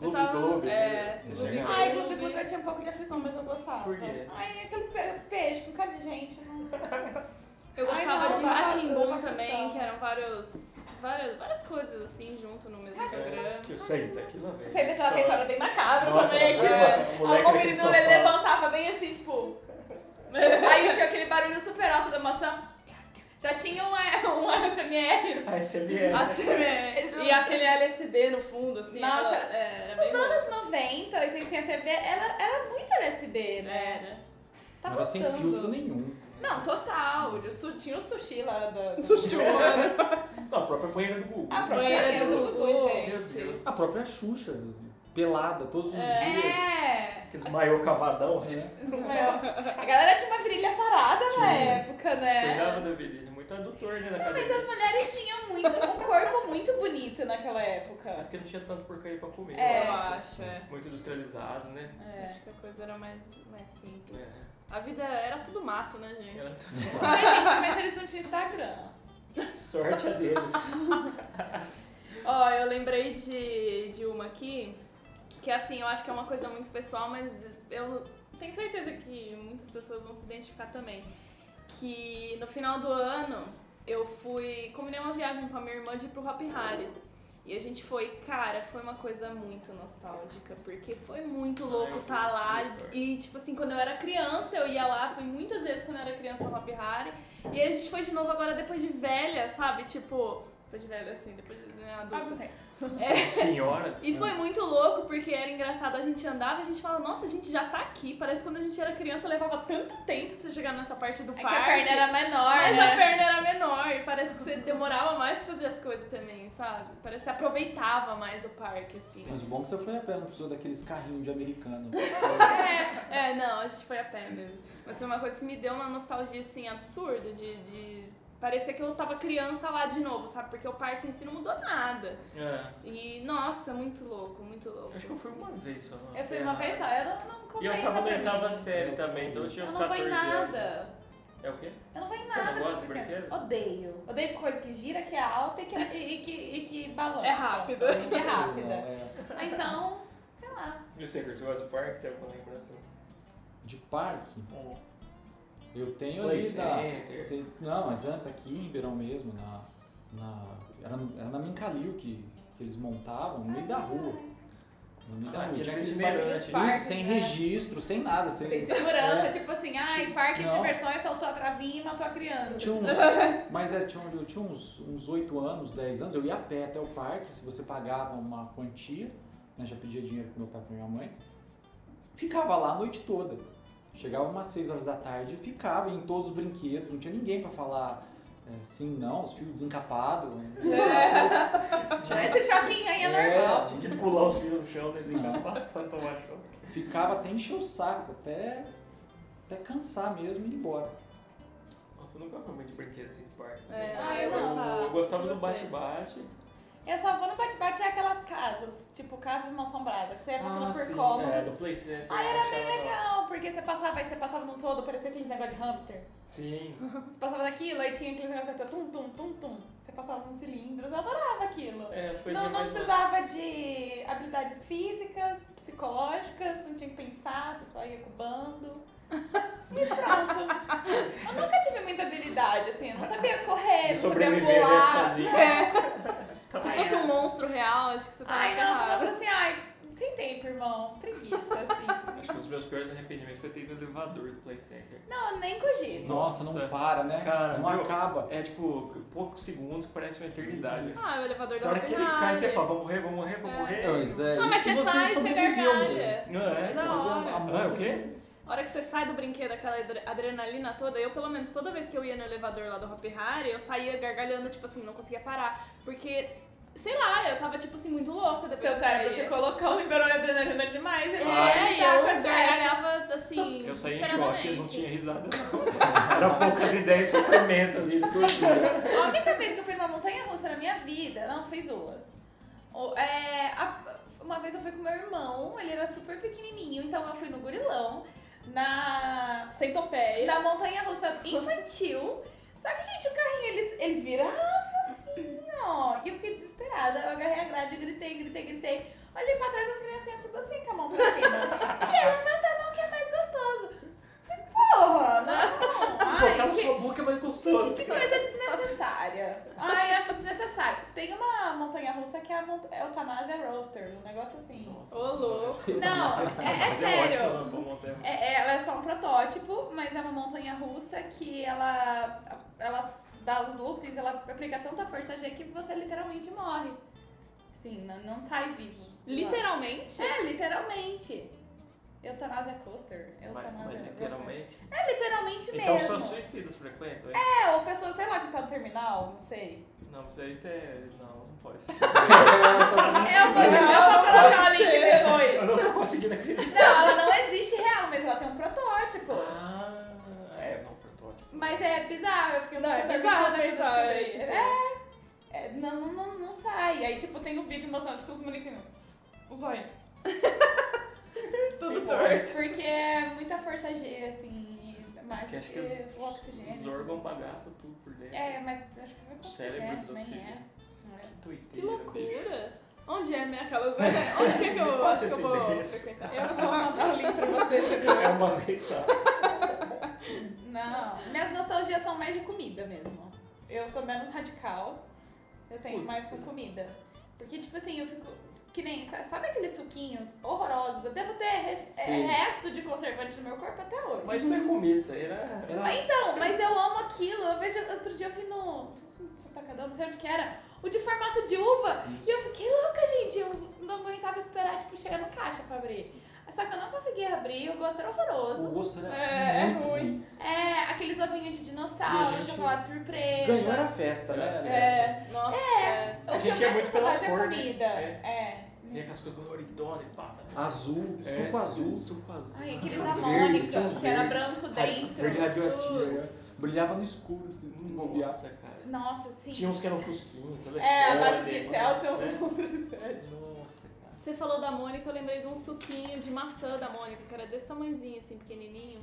Speaker 5: Eu
Speaker 4: Globo
Speaker 5: tava-
Speaker 4: Globo,
Speaker 5: é,
Speaker 4: você
Speaker 5: Globo
Speaker 4: chega-
Speaker 5: Globo.
Speaker 2: Ai, Clube Clube eu tinha um pouco de aflição, mas eu gostava.
Speaker 4: Por quê?
Speaker 2: Ai, aquele pe- peixe com cara de gente. não-
Speaker 5: Eu
Speaker 2: Ai,
Speaker 5: gostava
Speaker 2: não,
Speaker 5: de
Speaker 2: Babar-
Speaker 5: Ratimbum
Speaker 2: Babar
Speaker 5: também,
Speaker 2: Castelo.
Speaker 5: que eram vários, várias, várias coisas assim junto no mesmo programa.
Speaker 4: Que eu sei, tá aqui lá velho.
Speaker 2: Eu sei daquela que a história bem macabra
Speaker 4: Nossa,
Speaker 2: também. Que
Speaker 4: aquele
Speaker 2: é,
Speaker 4: ma- moleque
Speaker 2: o
Speaker 4: naquele
Speaker 2: menino
Speaker 4: sofá.
Speaker 2: ele levantava bem assim, tipo. Aí tinha aquele barulho super alto da maçã. Já tinha um, é, um ASMR.
Speaker 4: A SMR.
Speaker 5: Assim, é. E aquele LSD no fundo, assim.
Speaker 2: Nossa.
Speaker 5: ela- é, era
Speaker 2: Os
Speaker 5: bem louco.
Speaker 2: anos 90, 80 TV, era, era muito LSD, né?
Speaker 5: Era.
Speaker 2: Tá
Speaker 1: não era sem
Speaker 2: voltando.
Speaker 1: filtro nenhum.
Speaker 2: Não, total. O su- Tinha o sushi lá da.
Speaker 5: Sushi, mano.
Speaker 4: Não, a própria banheira do Google.
Speaker 2: A própria
Speaker 5: Banheira do
Speaker 2: Gugu,
Speaker 5: Gugu,
Speaker 4: Meu
Speaker 5: gente.
Speaker 4: Deus.
Speaker 1: A própria Xuxa, pelada todos os dias. É.
Speaker 2: É.
Speaker 4: Aqueles maiô cavadão, assim.
Speaker 2: Meu, A galera tinha uma virilha sarada na época, né?
Speaker 4: Cuidava da virilha. Muito adutor, né, na
Speaker 2: Não, mas
Speaker 4: cabeça.
Speaker 2: as mulheres tinham muito, um corpo muito bonito naquela
Speaker 4: É
Speaker 2: época.
Speaker 4: porque não tinha tanto porcaria pra comer.
Speaker 2: É.
Speaker 5: Eu acho, é.
Speaker 4: Muito industrializados, né?
Speaker 2: É.
Speaker 5: Acho que a coisa era mais, mais simples.
Speaker 4: É.
Speaker 5: A vida era tudo mato, né, gente?
Speaker 4: Era tudo mal.
Speaker 2: Mas, gente, mas eles não tinham Instagram.
Speaker 4: Sorte a deles.
Speaker 5: Ó, eu lembrei de, de uma aqui, que assim, eu acho que é uma coisa muito pessoal, mas eu tenho certeza que muitas pessoas vão se identificar também. Que no final do ano eu fui. combinei uma viagem com a minha irmã de ir pro Hop Hari. E a gente foi, cara, foi uma coisa muito nostálgica, porque foi muito
Speaker 4: Ah,
Speaker 5: louco
Speaker 4: eu
Speaker 5: tá lá.
Speaker 4: vi essa história.
Speaker 5: E tipo assim, quando eu era criança, eu ia lá, fui muitas vezes quando eu era criança no Hop Hari. E a gente foi de novo agora depois de velha, sabe? Tipo, depois de velha assim, depois de né, adulta.
Speaker 2: É
Speaker 4: Senhoras.
Speaker 5: E foi muito louco, porque era engraçado. A gente andava, a gente falava, nossa, a gente já tá aqui. Parece que quando a gente era criança levava tanto tempo pra você chegar nessa parte do
Speaker 2: É que
Speaker 5: parque.
Speaker 2: a perna era menor,
Speaker 5: Mas a
Speaker 2: né?
Speaker 5: perna era menor e parece que você demorava mais pra fazer as coisas também, sabe? Parece que você aproveitava mais o parque, assim.
Speaker 1: Mas o bom é que você foi a pé, não precisou daqueles carrinhos de americano.
Speaker 5: É, não, a gente foi a pé mesmo. Mas foi uma coisa que me deu uma nostalgia, assim, absurda de... de... Parecia que eu tava criança lá de novo, sabe? Porque o parque em si não mudou nada.
Speaker 4: É.
Speaker 5: E, nossa, muito louco, muito louco.
Speaker 4: Acho que eu fui uma vez só. não.
Speaker 2: Eu fui É, uma vez só, eu não,
Speaker 4: É.
Speaker 2: não
Speaker 4: E
Speaker 2: compensa
Speaker 4: eu tava na
Speaker 2: pra
Speaker 4: oitava
Speaker 2: mim.
Speaker 4: série também, então eu tinha
Speaker 2: Eu
Speaker 4: uns
Speaker 2: não vou
Speaker 4: 14
Speaker 2: em
Speaker 4: anos.
Speaker 2: nada.
Speaker 4: É o quê?
Speaker 2: Eu não vou em
Speaker 4: Você não
Speaker 2: nada.
Speaker 4: gosta de
Speaker 2: desse brinquedo.
Speaker 4: brinquedo?
Speaker 2: Odeio. Odeio coisa que gira, que é alta e que, e que, e que balança.
Speaker 5: É rápido.
Speaker 2: Que é rápida.
Speaker 1: É,
Speaker 2: Ah, Então, sei lá.
Speaker 4: E você, Cris, você gosta de parque? Tem alguma lembrança?
Speaker 1: de parque,
Speaker 4: Um
Speaker 1: eu tenho
Speaker 4: Play
Speaker 1: ali da...
Speaker 4: Center.
Speaker 1: tem- Não, mas antes aqui em Ribeirão mesmo, na, na- era, no- era na Mincalil que, que eles montavam, no meio da rua. No meio da
Speaker 4: Ah,
Speaker 1: rua.
Speaker 4: aqueles
Speaker 1: Tinha aqueles
Speaker 4: itinerantes,
Speaker 1: parques-
Speaker 4: né?
Speaker 2: parques,
Speaker 1: sem
Speaker 2: né?
Speaker 1: registro, sem nada. Sem,
Speaker 2: Sem segurança,
Speaker 1: É.
Speaker 2: tipo assim, ai, parque de
Speaker 1: Não.
Speaker 2: diversões soltou a travinha e matou a criança.
Speaker 1: Tinha um uns, mas é, tinha, eu tinha uns, uns 8 anos, 10 anos, eu ia a pé até o parque, se você pagava uma quantia, né, já pedia dinheiro pro meu pai e pra minha mãe, ficava lá a noite toda. Chegava umas 6 horas da tarde e ficava em todos os brinquedos, não tinha ninguém pra falar é, sim, não, os fios desencapados. né?
Speaker 2: Esse choquinho aí é,
Speaker 1: É,
Speaker 2: normal.
Speaker 4: Tinha que pular os fios no chão, desencapar pra tomar choque.
Speaker 1: Ficava até encher o saco, até, até cansar mesmo e ir embora.
Speaker 4: Nossa, eu nunca fui muito de brinquedo assim de parque.
Speaker 5: É,
Speaker 4: né?
Speaker 2: ah, eu
Speaker 5: gostava.
Speaker 4: eu gostava
Speaker 5: Eu
Speaker 4: do
Speaker 5: gostei.
Speaker 4: bate-bate.
Speaker 2: Eu só vou no bate-bate é aquelas casas, tipo casas mal assombradas, que você ia
Speaker 1: Ah,
Speaker 2: passando por cômodas.
Speaker 4: É, do Play Center.
Speaker 2: Ah, era bem
Speaker 4: achava-
Speaker 2: legal, porque você passava, aí você passava nos rodos, parecia aqueles negócio de hamster.
Speaker 4: Sim.
Speaker 2: Você passava daquilo, aí tinha aqueles negócios até tum, tum, tum, tum. Você passava nos cilindros, eu adorava aquilo.
Speaker 4: É, as coisinhas
Speaker 2: Não, não
Speaker 4: mais-
Speaker 2: precisava de habilidades físicas, psicológicas, não tinha que pensar, você só ia cubando. E pronto. Eu nunca tive muita habilidade, assim, eu não sabia
Speaker 4: De
Speaker 2: correr, não sabia
Speaker 4: sobreviver né,
Speaker 2: pular.
Speaker 4: sozinho.
Speaker 5: Se fosse
Speaker 4: é.
Speaker 5: um monstro real, acho que você tava
Speaker 2: Ai, nossa, não, eu
Speaker 5: ferrado.
Speaker 2: falei assim, ai, sem tempo, irmão. Preguiça, assim.
Speaker 4: Acho que os meus piores arrependimentos foi ter ido no elevador do Play Center.
Speaker 2: Não, eu nem cogito.
Speaker 1: Nossa,
Speaker 4: Nossa,
Speaker 1: não para, né?
Speaker 4: cara,
Speaker 1: não
Speaker 4: meu,
Speaker 1: acaba.
Speaker 4: É tipo, poucos segundos que parece uma eternidade. né?
Speaker 5: Ah, o elevador
Speaker 4: Na
Speaker 5: da
Speaker 4: hora que ele cai, você
Speaker 5: Ferrari.
Speaker 4: fala, vamos morrer, vamos morrer, vamos
Speaker 5: É.
Speaker 4: morrer.
Speaker 1: Pois é,
Speaker 5: Ah, mas
Speaker 1: isso que
Speaker 5: você sai, você
Speaker 1: sobreviveu mesmo.
Speaker 5: gargalha.
Speaker 4: Não é?
Speaker 5: É da
Speaker 1: Então,
Speaker 5: hora.
Speaker 1: a moça
Speaker 4: Ah, o quê?
Speaker 1: que-
Speaker 5: A hora que você sai do brinquedo, aquela adre- adrenalina toda, eu pelo menos toda vez que eu ia no elevador lá do Happy Harry, eu saía gargalhando, tipo assim, não conseguia parar. Porque, sei lá, eu tava, tipo assim, muito louca depois
Speaker 2: Seu
Speaker 5: que eu
Speaker 2: cérebro
Speaker 5: saía.
Speaker 2: ficou loucão, liberou adrenalina demais. Ele não sabe
Speaker 5: É, e
Speaker 2: lidar
Speaker 5: eu
Speaker 2: com essa-
Speaker 5: gargalhava, assim,
Speaker 4: Eu saí em choque, eu não
Speaker 5: desesperadamente.
Speaker 4: tinha risada. não. Era poucas ideias e sofrimento ali. tortura.
Speaker 2: A única vez que eu fui numa montanha russa na minha vida, não, foi duas. O- é, a- uma vez eu fui com meu irmão, ele era super pequenininho, então eu fui no gurilão, na,
Speaker 5: Centopeia.
Speaker 2: na montanha russa infantil. Só que, gente, o carrinho ele, ele virava assim, ó. E eu fiquei desesperada. Eu agarrei a grade, gritei, gritei, gritei. Olhei pra trás, as criancinhas tudo assim, com a mão pra cima. Tia, levanta a mão que é mais gostoso. Falei, porra, não. Ai,
Speaker 4: Colocar na
Speaker 2: que-
Speaker 4: sua boca é mais gostoso.
Speaker 2: Gente, que coisa desnecessária. Ai, acho desnecessário. Tem uma montanha russa que é a mont... é Eutanásia Roaster, um negócio assim.
Speaker 4: Nossa,
Speaker 5: Ô, louco.
Speaker 2: Não, é, é
Speaker 4: Mas
Speaker 2: sério.
Speaker 4: ótimo, né, pra montar.
Speaker 2: É, ela é só um protótipo, mas é uma montanha russa que ela, ela dá os loops, ela aplica tanta força G que você literalmente morre. Sim, não, não sai vivo.
Speaker 5: Literalmente?
Speaker 2: É, literalmente. Eutanásia coaster.
Speaker 4: Mas-
Speaker 2: Eutanásia
Speaker 4: mas
Speaker 2: roaster.
Speaker 4: literalmente.
Speaker 2: É literalmente
Speaker 4: Então
Speaker 2: mesmo.
Speaker 4: só suicidas frequentam, é?
Speaker 2: É, ou pessoa, sei lá, que está no terminal, não sei.
Speaker 4: Não, mas aí você é. Não, não pode ser.
Speaker 2: Eu vou,
Speaker 5: Não,
Speaker 2: eu vou colocar o
Speaker 5: pode
Speaker 2: link
Speaker 5: ser.
Speaker 4: Eu
Speaker 2: depois.
Speaker 4: não tô conseguindo acreditar.
Speaker 2: Não, ela não existe real, mas ela tem um protótipo.
Speaker 4: Ah, é, não, protótipo.
Speaker 2: Mas é bizarro, eu fiquei um
Speaker 5: Não, é
Speaker 2: pouco
Speaker 5: bizarro,
Speaker 2: aterrada quando
Speaker 5: bizarro,
Speaker 2: eu
Speaker 5: é,
Speaker 2: descobri.
Speaker 5: tipo-
Speaker 2: É, é, não, não, não, não sai. Aí, tipo, tem um vídeo mostrando, fica os molequinhos. O zóio. Tipo,
Speaker 5: Tudo torto.
Speaker 2: Porque é muita força G, assim, e mais
Speaker 4: Que acho que
Speaker 2: eh, o oxigênio. tipo,
Speaker 4: Os órgãos bagaçam tudo por dentro.
Speaker 2: É, mas acho que foi com
Speaker 4: O cérebro
Speaker 2: oxigênio, também é.
Speaker 4: desoxigênio.
Speaker 2: Não é.
Speaker 5: Que
Speaker 4: Tuiteira, bicho.
Speaker 5: loucura. Onde é minha casa? Onde que, é que eu
Speaker 4: Passa
Speaker 5: acho que eu
Speaker 4: esse
Speaker 5: vou
Speaker 4: endereço.
Speaker 5: frequentar?
Speaker 2: Eu não vou mandar o link pra você,
Speaker 4: É
Speaker 2: entendeu?
Speaker 4: uma vez só.
Speaker 2: Não, minhas nostalgias são mais de comida mesmo. Eu sou menos radical, eu tenho
Speaker 4: Putz.
Speaker 2: mais com comida. Porque, tipo assim, eu fico. Que nem. sa- Sabe aqueles suquinhos horrorosos? Eu devo ter res- é,
Speaker 1: Sim.
Speaker 2: resto de conservante no meu corpo até hoje.
Speaker 4: Mas isso não é comida, isso aí era.
Speaker 1: Era-
Speaker 2: Mas Então, mas eu amo aquilo. Eu vejo. Outro dia eu vi no. Não sei se no Santacadão, não sei onde que era. O de formato de uva. E eu fiquei louca, gente. Eu não aguentava esperar, tipo, chegar no caixa pra abrir. Só que eu não conseguia abrir, o gosto era horroroso.
Speaker 1: O gosto era
Speaker 5: É, é
Speaker 1: né? muito
Speaker 5: ruim.
Speaker 1: ruim.
Speaker 2: É, aqueles ovinhos de
Speaker 1: E a
Speaker 2: dinossauro,
Speaker 1: gente
Speaker 2: chocolate surpresa.
Speaker 1: Ganhou era festa, né?
Speaker 4: Era
Speaker 5: É, nossa.
Speaker 2: É.
Speaker 5: é.
Speaker 2: O
Speaker 4: A
Speaker 2: que
Speaker 4: gente
Speaker 2: eu
Speaker 4: ia
Speaker 2: mais
Speaker 4: muito
Speaker 2: tenho saudade
Speaker 4: pela
Speaker 2: é
Speaker 4: cor, né?
Speaker 2: comida.
Speaker 4: É.
Speaker 2: É.
Speaker 4: Tinha aquelas coisas coloridona e pá.
Speaker 1: Azul,
Speaker 4: É,
Speaker 1: suco azul.
Speaker 4: Suco azul.
Speaker 2: Ai, aquele da
Speaker 1: Verde,
Speaker 2: Mônica,
Speaker 1: tinha uns
Speaker 2: que era
Speaker 1: verde.
Speaker 2: branco
Speaker 1: Ai,
Speaker 2: dentro.
Speaker 4: Verde radioativo.
Speaker 5: Putz.
Speaker 4: né?
Speaker 1: Brilhava no escuro, se se bobear.
Speaker 4: Nossa, cara.
Speaker 2: Nossa, sim.
Speaker 4: Tinha uns que eram fusquinho, telefone.
Speaker 2: É, um a base de
Speaker 4: né?
Speaker 2: Celso.
Speaker 4: Nossa, cara.
Speaker 5: Você falou da Mônica, eu lembrei de um suquinho de maçã da Mônica, que era desse tamanhozinho, assim, pequenininho.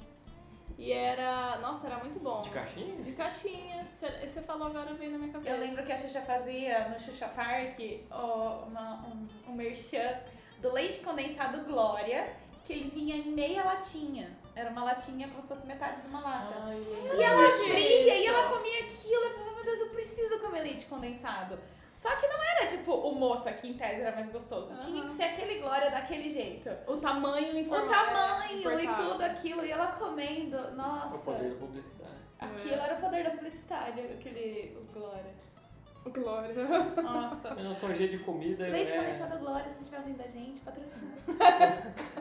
Speaker 5: E era... Nossa, era muito bom.
Speaker 4: De caixinha?
Speaker 5: De caixinha. Você você falou agora, veio na minha cabeça.
Speaker 2: Eu lembro que a Xuxa fazia no Xuxa Park ó, uma- um, um merchan do leite condensado Glória, que ele vinha em meia latinha. Era uma latinha como se fosse metade de uma lata.
Speaker 4: Ai, é.
Speaker 2: E ela
Speaker 5: lembro
Speaker 2: abria e
Speaker 5: disso.
Speaker 2: ela comia aquilo. Eu falava, meu Deus, eu preciso comer leite condensado. Só que não era tipo o moça que em tese era mais gostoso.
Speaker 5: Aham.
Speaker 2: Tinha que ser aquele Glória daquele jeito.
Speaker 5: O tamanho é
Speaker 2: O
Speaker 5: informal.
Speaker 2: tamanho e
Speaker 5: importava.
Speaker 2: tudo aquilo. E ela comendo. Nossa.
Speaker 4: O poder da publicidade.
Speaker 2: Aquilo era o poder da publicidade, aquele o Glória.
Speaker 5: Glória.
Speaker 2: Nossa.
Speaker 4: A nostalgia de comida,
Speaker 2: Leite
Speaker 4: né?
Speaker 2: condensado Glória, se estiver ouvindo a gente, patrocina.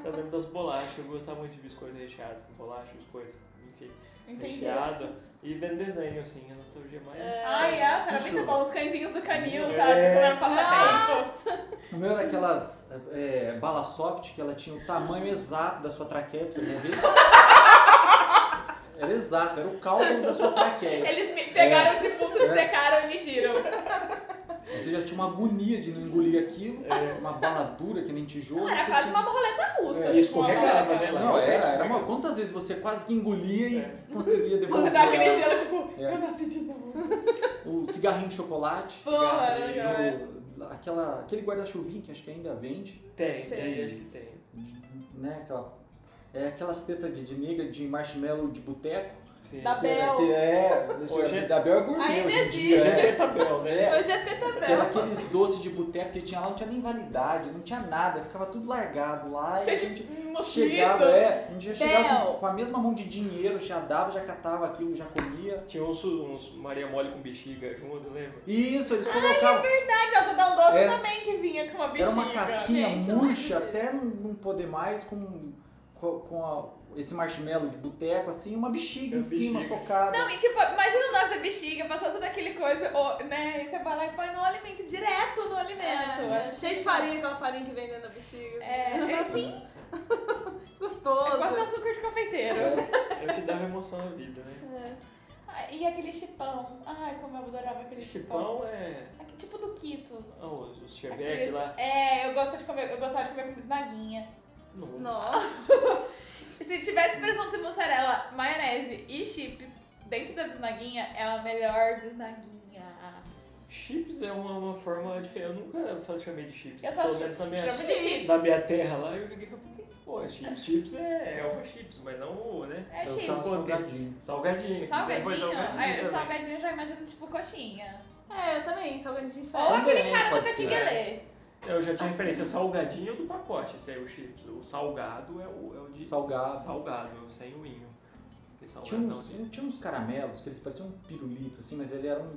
Speaker 4: Eu lembro das bolachas, eu gostava muito de biscoitos recheados, bolacha, biscoito, enfim,
Speaker 2: Entendi.
Speaker 4: recheado. E vendo desenho, assim, a nostalgia mais.
Speaker 5: É.
Speaker 2: Ai, essa era
Speaker 4: Chuva.
Speaker 2: muito bom, os cãezinhos do canil,
Speaker 4: É.
Speaker 2: sabe? Quando era passatempo.
Speaker 1: O meu era aquelas é, bala soft que ela tinha o tamanho exato da sua traqueia pra você morrer. Era exato, era o cálculo da sua traqueia.
Speaker 2: Eles me pegaram de fundo,
Speaker 4: É.
Speaker 2: secaram e mediram.
Speaker 1: Você já tinha uma agonia de não engolir aquilo,
Speaker 4: É.
Speaker 1: uma bala dura que nem tijolo.
Speaker 2: Não,
Speaker 1: você
Speaker 2: era É quase
Speaker 1: tinha-
Speaker 2: uma borboleta russa.
Speaker 4: É,
Speaker 2: tipo,
Speaker 4: escorregava,
Speaker 2: uma bola,
Speaker 4: né,
Speaker 2: cara.
Speaker 4: lá.
Speaker 1: Não, era, era uma. Quantas vezes você quase que engolia e
Speaker 4: É.
Speaker 1: conseguia
Speaker 2: Quando
Speaker 1: devolver?
Speaker 2: dá aquele
Speaker 1: ela?
Speaker 2: gelo, tipo,
Speaker 1: É.
Speaker 2: eu nasci de novo.
Speaker 1: O cigarrinho de chocolate,
Speaker 5: Pô, era
Speaker 4: Cigarrinho.
Speaker 5: legal. é.
Speaker 1: o- aquela, aquele guarda-chuvinho que acho que ainda vende,
Speaker 4: Tem,
Speaker 5: Tem.
Speaker 4: tem, aí acho que tem.
Speaker 1: né? Aquela, é aquelas tetas de, de negra de marshmallow de boteco.
Speaker 4: Sim.
Speaker 5: Dá
Speaker 1: Que, era-
Speaker 5: Bel.
Speaker 1: que é.
Speaker 4: Hoje é-
Speaker 1: da Bel é gourmet
Speaker 5: Ainda
Speaker 1: hoje em dia,
Speaker 5: existe.
Speaker 1: né?
Speaker 4: é tabel, né?
Speaker 1: É,
Speaker 5: Hoje é
Speaker 1: que era
Speaker 5: tetabela.
Speaker 1: aqueles doces de boteco que tinha lá, não tinha nem validade, não tinha nada, ficava tudo largado lá. e a
Speaker 2: Cheio
Speaker 5: tipo,
Speaker 1: gente-
Speaker 2: de
Speaker 5: um
Speaker 1: Chegava,
Speaker 2: mosquito.
Speaker 1: é. Um dia chegava
Speaker 2: Bel.
Speaker 1: com, com a mesma mão de dinheiro, já dava, já catava aquilo, já comia.
Speaker 4: Tinha uns, uns Maria Mole com bexiga junto, lembra?
Speaker 1: E isso, eles colocavam.
Speaker 2: Ah, de algodão doce
Speaker 1: É.
Speaker 2: também que vinha com uma
Speaker 1: era
Speaker 2: bexiga.
Speaker 1: uma casquinha
Speaker 5: Gente, eu não
Speaker 1: murcha,
Speaker 5: acredito.
Speaker 1: até não- não poder mais, com, com, com a- esse marshmallow de boteco, assim, uma bexiga
Speaker 4: É
Speaker 1: em cima,
Speaker 4: bexiga.
Speaker 1: socada.
Speaker 2: Não, e tipo, imagina nós da bexiga, passou toda aquele coisa, ó, né? E você vai lá e põe no alimento, direto no alimento.
Speaker 5: É,
Speaker 2: Acho que-
Speaker 5: cheio de farinha, aquela farinha que vem dentro da bexiga.
Speaker 2: É, é sim, é
Speaker 5: Gostoso.
Speaker 2: quase açúcar de confeiteiro.
Speaker 4: É o que dava emoção à vida, né?
Speaker 5: É.
Speaker 2: Ah, e aquele chipão. Ai, como eu adorava aquele chipão.
Speaker 4: Chipão é.
Speaker 2: Aqui, tipo do Kitos.
Speaker 4: Ah, os, os cheveque
Speaker 2: Aqueles...
Speaker 4: lá.
Speaker 2: É, eu gosto de comer, eu gostava de comer com bisnaguinha.
Speaker 4: Nossa.
Speaker 5: Nossa.
Speaker 2: Se tivesse presunto e mussarela, maionese e chips dentro da bisnaguinha, é a melhor bisnaguinha.
Speaker 4: Chips é uma, uma forma diferente. Eu nunca fa- chamei de chips.
Speaker 2: Eu só
Speaker 4: Pelo menos na minha,
Speaker 2: chamo de chips.
Speaker 4: na minha terra lá, eu joguei e falei, por que? Pô, chips, chips é elfa chips, mas não, o, né?
Speaker 2: É
Speaker 1: Eu
Speaker 2: chips.
Speaker 1: chamo salgadinho.
Speaker 4: Salgadinho. Depois
Speaker 2: Salgadinho? Aí,
Speaker 4: também.
Speaker 2: salgadinho eu já imagino tipo coxinha.
Speaker 5: É, eu também, salgadinho de
Speaker 2: Ou
Speaker 5: festa.
Speaker 2: aquele
Speaker 1: Também
Speaker 2: cara do
Speaker 1: pode ser.
Speaker 2: catinguelê.
Speaker 4: Eu já tinha referência salgadinho do pacote, esse aí é o chips. O salgado é o, é o de
Speaker 1: Salgado.
Speaker 4: salgado, sem o inho. Porque
Speaker 1: Tinha
Speaker 4: salgado não
Speaker 1: uns,
Speaker 4: tem.
Speaker 1: tinha uns caramelos que eles pareciam um pirulito, assim, mas ele era um.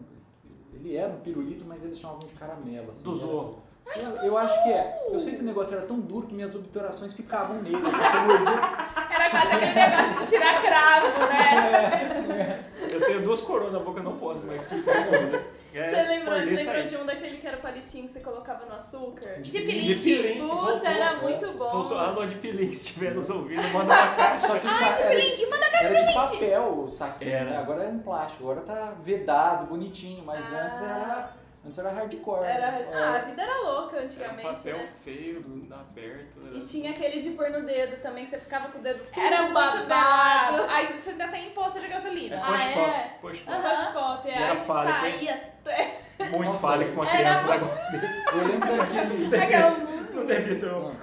Speaker 1: Ele era um pirulito, mas eles chamavam de caramelo. Assim,
Speaker 4: Do
Speaker 1: era-
Speaker 4: zorro.
Speaker 1: Eu, eu acho que é. Eu sei que o negócio era tão duro que minhas obturações ficavam nele. Assim, você mordia.
Speaker 2: Era quase aquele negócio de tirar cravo, né?
Speaker 4: Eu tenho duas coroas na boca, eu não posso, mas tipo, é,
Speaker 5: Você lembrou,
Speaker 4: morder isso
Speaker 5: lembrou
Speaker 4: aí.
Speaker 5: de um daquele que era palitinho que você colocava no açúcar?
Speaker 2: De
Speaker 4: De
Speaker 2: pilinque.
Speaker 4: pilinque, voltou. né?
Speaker 5: Puta, era muito bom.
Speaker 4: Voltou. Alô, de pilinque, se estiver nos ouvindo, manda uma caixa.
Speaker 1: Só que o saco
Speaker 2: De
Speaker 1: era,
Speaker 2: pilinque, manda caixa
Speaker 1: era
Speaker 2: pra
Speaker 1: de
Speaker 2: gente.
Speaker 1: papel o saquinho,
Speaker 4: Era.
Speaker 1: né? Agora é em plástico, agora tá vedado, bonitinho, mas
Speaker 5: Ah.
Speaker 1: antes era. Antes era hardcore.
Speaker 5: Era,
Speaker 1: né?
Speaker 5: ah, a vida era louca
Speaker 4: Era um
Speaker 5: antigamente,
Speaker 4: papel
Speaker 5: né?
Speaker 4: feio, aberto. né?
Speaker 5: E tinha aquele de pôr no dedo também, que você ficava com o dedo todo
Speaker 2: Era muito
Speaker 5: um babado.
Speaker 2: barato. Aí você ainda tem imposto de
Speaker 4: É
Speaker 2: gasolina.
Speaker 5: Ah,
Speaker 4: push
Speaker 5: é?
Speaker 4: pop, push pop.
Speaker 2: Aham.
Speaker 5: Rush pop, é.
Speaker 4: Era
Speaker 5: Aí
Speaker 4: fálico, hein?
Speaker 5: saía. é,
Speaker 4: Muito
Speaker 1: Nossa,
Speaker 4: fálico com uma
Speaker 5: era
Speaker 4: criança um
Speaker 5: muito-
Speaker 4: negócio desse.
Speaker 1: Eu lembro daquele.
Speaker 4: Você
Speaker 2: Aquela-
Speaker 4: fez- Não deve ser um...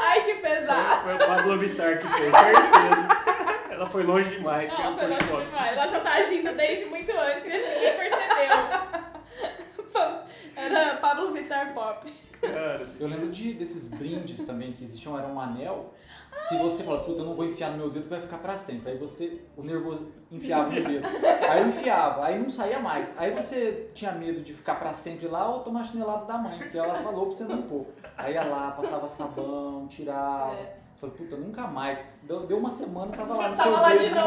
Speaker 5: Ai, que pesado.
Speaker 4: Foi o Pablo Vittar que fez, certeza. Ela foi longe
Speaker 5: Ah,
Speaker 4: demais, que era
Speaker 2: Ela
Speaker 4: um
Speaker 2: foi
Speaker 4: push
Speaker 2: longe
Speaker 4: pop.
Speaker 2: demais. Ela já tá agindo desde muito antes e a gente nem percebeu.
Speaker 5: Era Pablo Vittar pop.
Speaker 4: Cara,
Speaker 1: Eu lembro de, desses brindes também que existiam, era um anel. Que você fala, puta, eu não vou enfiar no meu dedo que vai ficar pra sempre. Aí você, o nervoso, enfiava no dedo. Aí eu enfiava, aí não saía mais. Aí você tinha medo de ficar pra sempre lá ou tomar a chinelada da mãe, porque ela falou pra você não pôr. Aí ia lá, passava sabão, tirava.
Speaker 5: É.
Speaker 1: Você falou, puta, nunca mais. Deu, deu uma semana, tava lá no seu
Speaker 5: Tava lá de
Speaker 1: dedo. um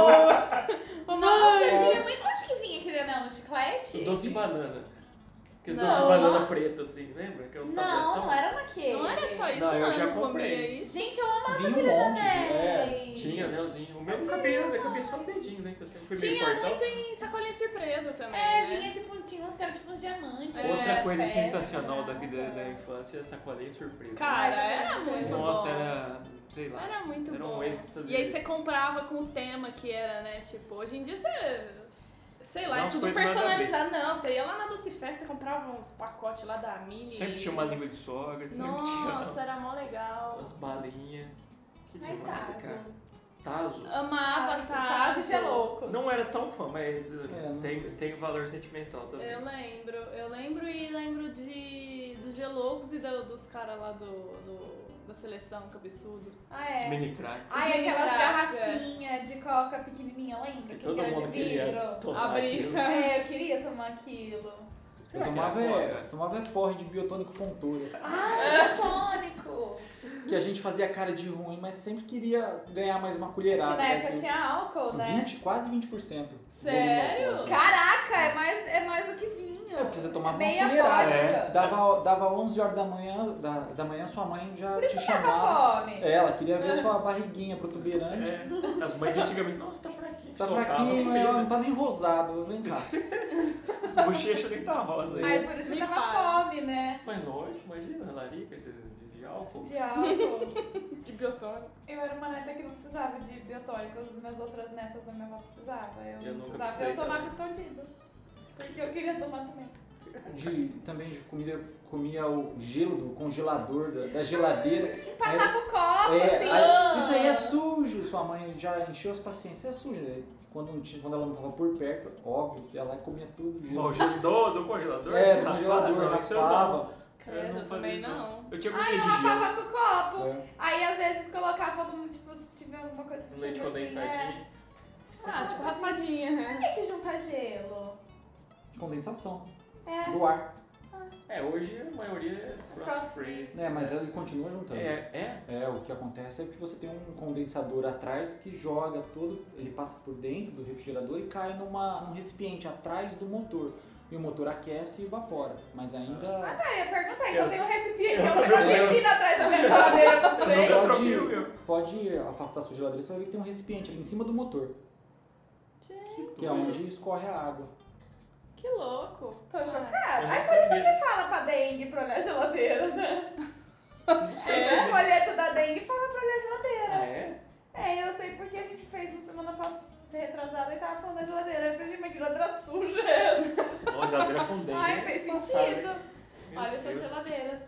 Speaker 5: novo.
Speaker 2: Nossa, eu tinha muito. Onde que vinha aquele anel? No chiclete?
Speaker 4: doce de banana. Aqueles
Speaker 5: Não.
Speaker 4: doces de banana preta, assim, lembra? Que era um
Speaker 2: Não, não era naquele.
Speaker 5: Não é era só isso,
Speaker 4: Não, eu
Speaker 5: mano.
Speaker 4: já
Speaker 5: comia
Speaker 4: comprei.
Speaker 5: isso.
Speaker 2: Gente, eu amava
Speaker 1: Vinha um
Speaker 2: aqueles
Speaker 1: monte de-
Speaker 4: né?
Speaker 1: é,
Speaker 2: anéis.
Speaker 4: Tinha anelzinho. O meu não cabia, né? Cabia só no dedinho, né? Que eu sempre fui meio
Speaker 5: Tinha
Speaker 4: fortão.
Speaker 5: muito em sacolinha surpresa também.
Speaker 2: É,
Speaker 5: né?
Speaker 2: vinha tipo, tinha uns que eram tipo uns diamantes.
Speaker 5: É,
Speaker 4: Outra coisa
Speaker 2: pedra. né?
Speaker 4: sensacional daqui da, da infância é a sacolinha surpresa.
Speaker 5: Cara,
Speaker 2: Nossa,
Speaker 5: era
Speaker 2: muito
Speaker 5: muito
Speaker 4: Nossa,
Speaker 5: bom.
Speaker 4: era. sei lá.
Speaker 5: Era muito
Speaker 4: Era um
Speaker 5: bom.
Speaker 4: êxtase.
Speaker 5: E aí você comprava com o tema que era, né? Tipo, hoje em dia você. Sei lá,
Speaker 4: Dá
Speaker 5: é
Speaker 4: umas
Speaker 5: tudo
Speaker 4: coisas nada a ver.
Speaker 5: personalizado. Não, você ia lá na Doce Festa, comprava uns pacotes lá da Mini.
Speaker 4: Sempre tinha uma língua de sogra, sempre tinha
Speaker 5: Nossa, era mó legal.
Speaker 4: umas balinhas. Que
Speaker 2: Ai,
Speaker 5: tá,
Speaker 4: demais,
Speaker 5: assim,
Speaker 2: Tazo.
Speaker 4: cara. Tazo.
Speaker 5: Amava
Speaker 2: Tá,
Speaker 5: Tazo.
Speaker 2: você é louco.
Speaker 4: Não era tão fã, mas uh,
Speaker 1: É, não-
Speaker 4: tem, tem valor sentimental também.
Speaker 5: Eu lembro, eu lembro e lembro de dos Geloucos e da- dos caras lá do, do- da seleção, cabeçudo.
Speaker 2: Ah,
Speaker 4: Os
Speaker 2: é.
Speaker 4: mini cracks.
Speaker 2: Ai, aquelas
Speaker 5: Craques,
Speaker 2: garrafinhas de coca pequenininha, lembra?
Speaker 4: Que
Speaker 2: Que
Speaker 4: todo
Speaker 2: era de
Speaker 4: mundo queria
Speaker 2: vidro.
Speaker 4: tomar
Speaker 5: Abrir.
Speaker 4: aquilo.
Speaker 2: É, eu queria tomar aquilo.
Speaker 1: Eu
Speaker 4: Será que era
Speaker 1: tomava, é,
Speaker 4: coca?
Speaker 1: tomava é porre de biotônico fontura.
Speaker 2: Ah, tônico!
Speaker 1: Que a gente fazia cara de ruim, mas sempre queria ganhar mais uma
Speaker 2: Que
Speaker 1: colherada.
Speaker 2: na época
Speaker 1: porque
Speaker 2: tinha álcool, né?
Speaker 1: 20, quase 20%. do volume
Speaker 5: Sério?
Speaker 1: alcoólico.
Speaker 2: Caraca, é mais, é mais do que vinho.
Speaker 1: É, porque você tomava uma
Speaker 2: Meia
Speaker 1: colherada.
Speaker 4: É.
Speaker 2: vodka.
Speaker 1: Dava, dava 11 horas da manhã, da, da manhã sua mãe já
Speaker 2: Por isso
Speaker 1: te
Speaker 2: que tava
Speaker 1: chamava.
Speaker 2: fome.
Speaker 1: É, Ela queria ver sua barriguinha protuberante.
Speaker 4: É, as mães de antigamente, nossa, tá fraquinho.
Speaker 1: Tá
Speaker 4: socava
Speaker 1: fraquinho, ela não
Speaker 4: comida.
Speaker 1: tá nem rosado. Vem cá.
Speaker 4: As bochechas nem tá rosa aí.
Speaker 2: Ai, por isso que
Speaker 5: Me
Speaker 2: tava
Speaker 5: para.
Speaker 2: fome, né?
Speaker 4: Mas lógico, imagina, larica esse- de álcool.
Speaker 2: De álcool.
Speaker 5: De biotônico.
Speaker 2: eu era uma neta que não precisava de biotônicos, minhas outras netas da minha avó precisavam. Eu,
Speaker 4: Eu
Speaker 2: não
Speaker 4: nunca
Speaker 2: precisava, eu
Speaker 4: precisei
Speaker 2: tomava escondido. Porque eu queria tomar também.
Speaker 1: De, também de comida, comia o gelo do congelador, da, da geladeira.
Speaker 2: E passava o copo,
Speaker 1: É,
Speaker 2: assim.
Speaker 1: aí, isso aí é sujo. Sua mãe já encheu as paciências. É sujo. Aí, Quando, não tinha- quando ela não tava por perto, óbvio que ela comia tudo.
Speaker 4: Bom,
Speaker 1: Gelo.
Speaker 4: o gelo do, do Um congelador?
Speaker 1: É, do
Speaker 4: raspava,
Speaker 1: congelador,
Speaker 4: não, isso eu não.
Speaker 1: raspava.
Speaker 5: Credo,
Speaker 4: não
Speaker 5: também
Speaker 4: fazia isso,
Speaker 5: não.
Speaker 4: Eu tinha
Speaker 2: Ai,
Speaker 4: comida
Speaker 2: eu
Speaker 4: de gelo. um
Speaker 2: rapava com o copo.
Speaker 1: É.
Speaker 2: Aí às vezes colocava algum, tipo, se tiver alguma coisa que
Speaker 4: Um leite
Speaker 2: tinha gostinho, é.
Speaker 4: condensadinho.
Speaker 5: Ah, tipo
Speaker 2: raspadinho.
Speaker 5: raspadinha.
Speaker 2: Por que que juntar gelo?
Speaker 1: Condensação
Speaker 2: É.
Speaker 1: do ar.
Speaker 4: É, hoje a maioria é
Speaker 2: Frost
Speaker 4: frost free.
Speaker 1: É, mas ele continua juntando.
Speaker 4: É, é?
Speaker 1: É, o que acontece é que você tem um condensador atrás que joga todo, ele passa por dentro do refrigerador e cai numa, num recipiente atrás do motor. E o motor aquece e evapora, mas
Speaker 2: Ah
Speaker 1: ainda
Speaker 2: tá, eu ia perguntar, então
Speaker 4: Eu-
Speaker 2: tem um recipiente,
Speaker 4: eu
Speaker 2: então tem uma
Speaker 4: também-
Speaker 2: piscina atrás da minha geladeira, eu não sei.
Speaker 1: Não,
Speaker 4: Eu
Speaker 1: Pode-
Speaker 4: troquei o meu.
Speaker 1: pode afastar sua geladeira, você vai ver que tem um recipiente ali em cima do motor,
Speaker 5: Gente,
Speaker 1: que é onde escorre a água.
Speaker 5: que louco.
Speaker 2: Tô
Speaker 4: Eu
Speaker 2: chocada.
Speaker 4: não
Speaker 2: Ai, por isso
Speaker 4: sabia.
Speaker 2: que fala pra dengue pra olhar a geladeira, né?
Speaker 4: Não sei
Speaker 2: Esse
Speaker 4: se
Speaker 2: folheto da dengue fala pra olhar a geladeira.
Speaker 4: Ah, é?
Speaker 2: É, eu sei porque a gente fez uma semana passada, retrasada, e tava falando da geladeira. Eu falei, gente, mas que geladeira suja é essa?
Speaker 4: Ó, geladeira com dente.
Speaker 2: Ai, fez sentido. Olha essas
Speaker 4: Deus.
Speaker 2: geladeiras.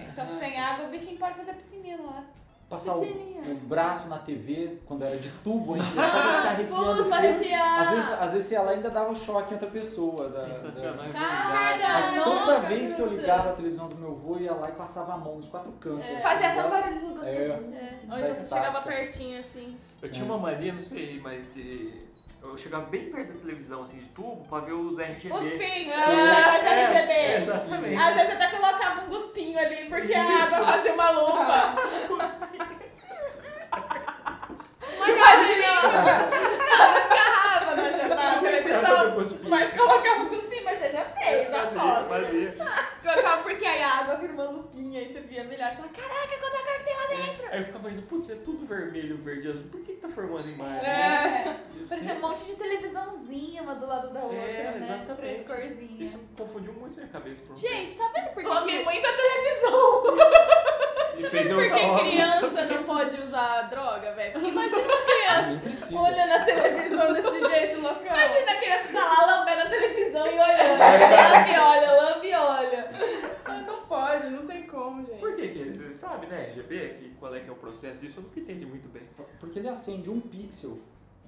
Speaker 2: Então se tem água, o bichinho pode fazer piscininha lá.
Speaker 1: Passar o,
Speaker 5: Piscininha.
Speaker 1: o braço na TV, quando era de tubo, ainda só pra ficar tá arrepiando.
Speaker 5: Pus pra
Speaker 1: porque
Speaker 5: arrepiar.
Speaker 1: Às vezes, às vezes você ia lá e ainda dava um choque em outra pessoa. da- da-
Speaker 4: Sensacional, é
Speaker 5: Cara,
Speaker 4: verdade.
Speaker 1: Mas
Speaker 5: Ah, Nossa,
Speaker 1: toda vez que eu
Speaker 5: nossa.
Speaker 1: ligava a televisão do meu avô, ia lá e passava a mão nos quatro cantos.
Speaker 5: É.
Speaker 1: assim,
Speaker 2: Fazia
Speaker 1: dava-
Speaker 2: até um barulhinho gostosinho.
Speaker 5: É,
Speaker 2: assim.
Speaker 5: Ou então você chegava
Speaker 1: Fantástica.
Speaker 5: pertinho assim.
Speaker 4: Eu tinha uma mania, não sei, mas de. Eu chegava bem perto da televisão, assim, de tubo, pra ver os RGB.
Speaker 2: Os pingos,
Speaker 5: Ah,
Speaker 2: os negócios de
Speaker 4: é,
Speaker 2: RGB.
Speaker 4: Exatamente.
Speaker 2: Às vezes até colocava um guspinho ali, porque a água fazia uma lupa. Imagina! Ela descarrava na, ja- na
Speaker 4: Cada
Speaker 2: televisão,
Speaker 4: cuspinho.
Speaker 2: mas colocava um guspinho, mas você já fez,
Speaker 4: Fazia,
Speaker 2: aposto.
Speaker 4: fazia.
Speaker 2: Colocava porque aí a água vira uma lupinha, aí você via melhor. Você fala, caraca, quanta cor que tem lá dentro!
Speaker 4: Aí eu ficava imaginando, putz, é tudo vermelho, verde, azul. Por que, que tá formando imagem? né?
Speaker 2: É.
Speaker 4: E eu
Speaker 2: Parecia um
Speaker 4: sempre-
Speaker 2: monte de televisãozinha uma do lado da outra,
Speaker 4: É,
Speaker 2: né?
Speaker 4: exatamente.
Speaker 2: Três corzinhas.
Speaker 4: Isso confundiu muito minha cabeça. Por um
Speaker 5: Gente, tá vendo por que
Speaker 2: Coloquei
Speaker 5: que
Speaker 2: muita televisão!
Speaker 4: tempo. E fez eu
Speaker 5: Porque
Speaker 4: usar óculos.
Speaker 5: criança não pode usar droga, velho. Porque Imagina uma
Speaker 1: Nem
Speaker 5: criança
Speaker 1: precisa.
Speaker 5: olhando a televisão desse jeito, loucão.
Speaker 2: Imagina a criança tá lá lambendo a televisão e olhando. Lambe e olha, lambe e olha.
Speaker 5: Ah, Não pode, não tem como, gente.
Speaker 4: Por que que? Você sabe, né, RGB? Que, qual é que é o processo disso? Eu nunca entendi muito bem.
Speaker 1: Porque ele acende um pixel.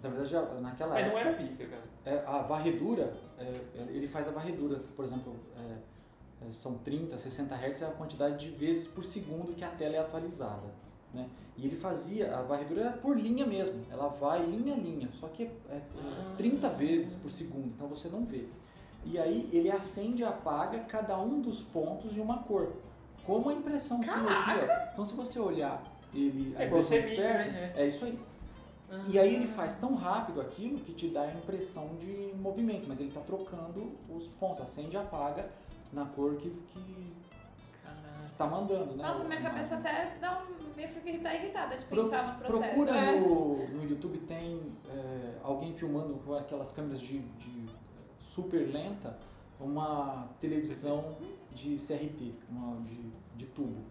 Speaker 1: Na verdade, já- naquela
Speaker 4: Mas não
Speaker 1: época,
Speaker 4: era pizza, cara.
Speaker 1: é, a varredura, é, ele faz a varredura. Por exemplo, é, é, são 30, 60 Hz é a quantidade de vezes por segundo que a tela é atualizada. Né? E ele fazia, a varredura era por linha mesmo. Ela vai linha a linha, só que é, é
Speaker 4: Ah.
Speaker 1: 30 vezes por segundo, então você não vê. E aí ele acende e apaga cada um dos pontos de uma cor. Como a impressão sua aqui, ó. Então se você olhar ele a
Speaker 4: É igual
Speaker 1: impressão de
Speaker 4: semente,
Speaker 1: perto,
Speaker 4: né?
Speaker 1: é isso aí. E aí ele faz tão rápido aquilo que te dá a impressão de movimento, mas ele está trocando os pontos, acende e apaga na cor que, que
Speaker 4: Caraca.
Speaker 1: tá mandando, né?
Speaker 2: Nossa, minha
Speaker 1: Uma-
Speaker 2: cabeça até dá um... Eu fico irrita- irritada de
Speaker 1: Pro-
Speaker 2: pensar no processo.
Speaker 1: Procura
Speaker 2: É.
Speaker 1: no, no YouTube, tem é, alguém filmando com aquelas câmeras de, de super lenta uma televisão de CRT, uma de, de tubo.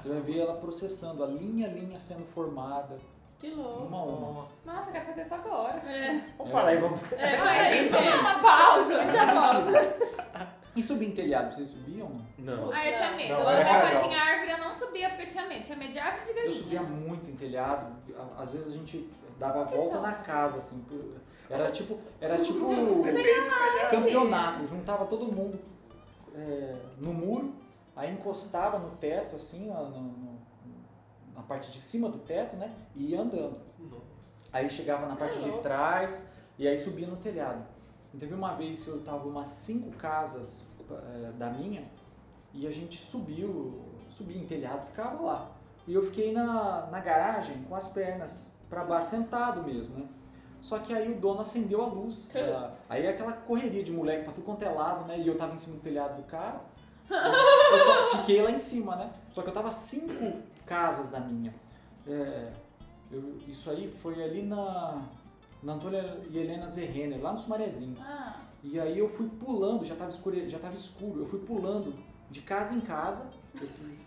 Speaker 1: Você vai ver ela processando, a linha a linha sendo formada,
Speaker 5: Que louco.
Speaker 1: uma a uma.
Speaker 4: Nossa.
Speaker 2: Nossa, eu quero fazer isso agora.
Speaker 5: É,
Speaker 4: Vamos parar e vamos.
Speaker 5: é,
Speaker 2: Ai,
Speaker 5: vai,
Speaker 2: gente, vamos dar uma pausa.
Speaker 5: Já volto.
Speaker 1: E subir em telhado, vocês subiam? ou não?
Speaker 4: Não.
Speaker 2: Ah, eu tinha medo.
Speaker 4: Não,
Speaker 2: Lá
Speaker 4: era
Speaker 2: na minha
Speaker 4: casal.
Speaker 2: avó tinha árvore, eu não subia porque eu tinha medo. Tinha medo de árvore e de
Speaker 1: Eu
Speaker 2: galinha.
Speaker 1: subia muito em telhado, a- às vezes a gente dava a
Speaker 2: Que
Speaker 1: volta
Speaker 2: são?
Speaker 1: na casa, assim. por- Era tipo, era tipo
Speaker 4: Depende do calhau.
Speaker 1: campeonato, juntava todo mundo é, no muro, aí encostava no teto, assim, ó, no- no- na parte de cima do teto, né? E ia andando.
Speaker 4: Nossa.
Speaker 1: Aí chegava na
Speaker 5: Você
Speaker 1: parte
Speaker 5: é
Speaker 1: de
Speaker 5: louco.
Speaker 1: trás e aí subia no telhado. E teve uma vez que eu tava umas cinco casas eh, da minha e a gente subiu, subia em telhado, ficava lá. E eu fiquei na, na garagem com as pernas pra baixo, sentado mesmo, né? Só que aí o dono acendeu a luz.
Speaker 5: Putz.
Speaker 1: eh, aí aquela correria de moleque pra tudo quanto é lado, né? E eu tava em cima do telhado do cara. Eu só fiquei lá em cima, né? Só que eu tava cinco casas da minha. É, eu- isso aí foi ali na, na Antônia e Helena Zerrener, lá no Sumarezinho.
Speaker 2: Ah,
Speaker 1: E aí eu fui pulando, já tava, escure, já tava escuro, eu fui pulando de casa em casa. Eu, pu-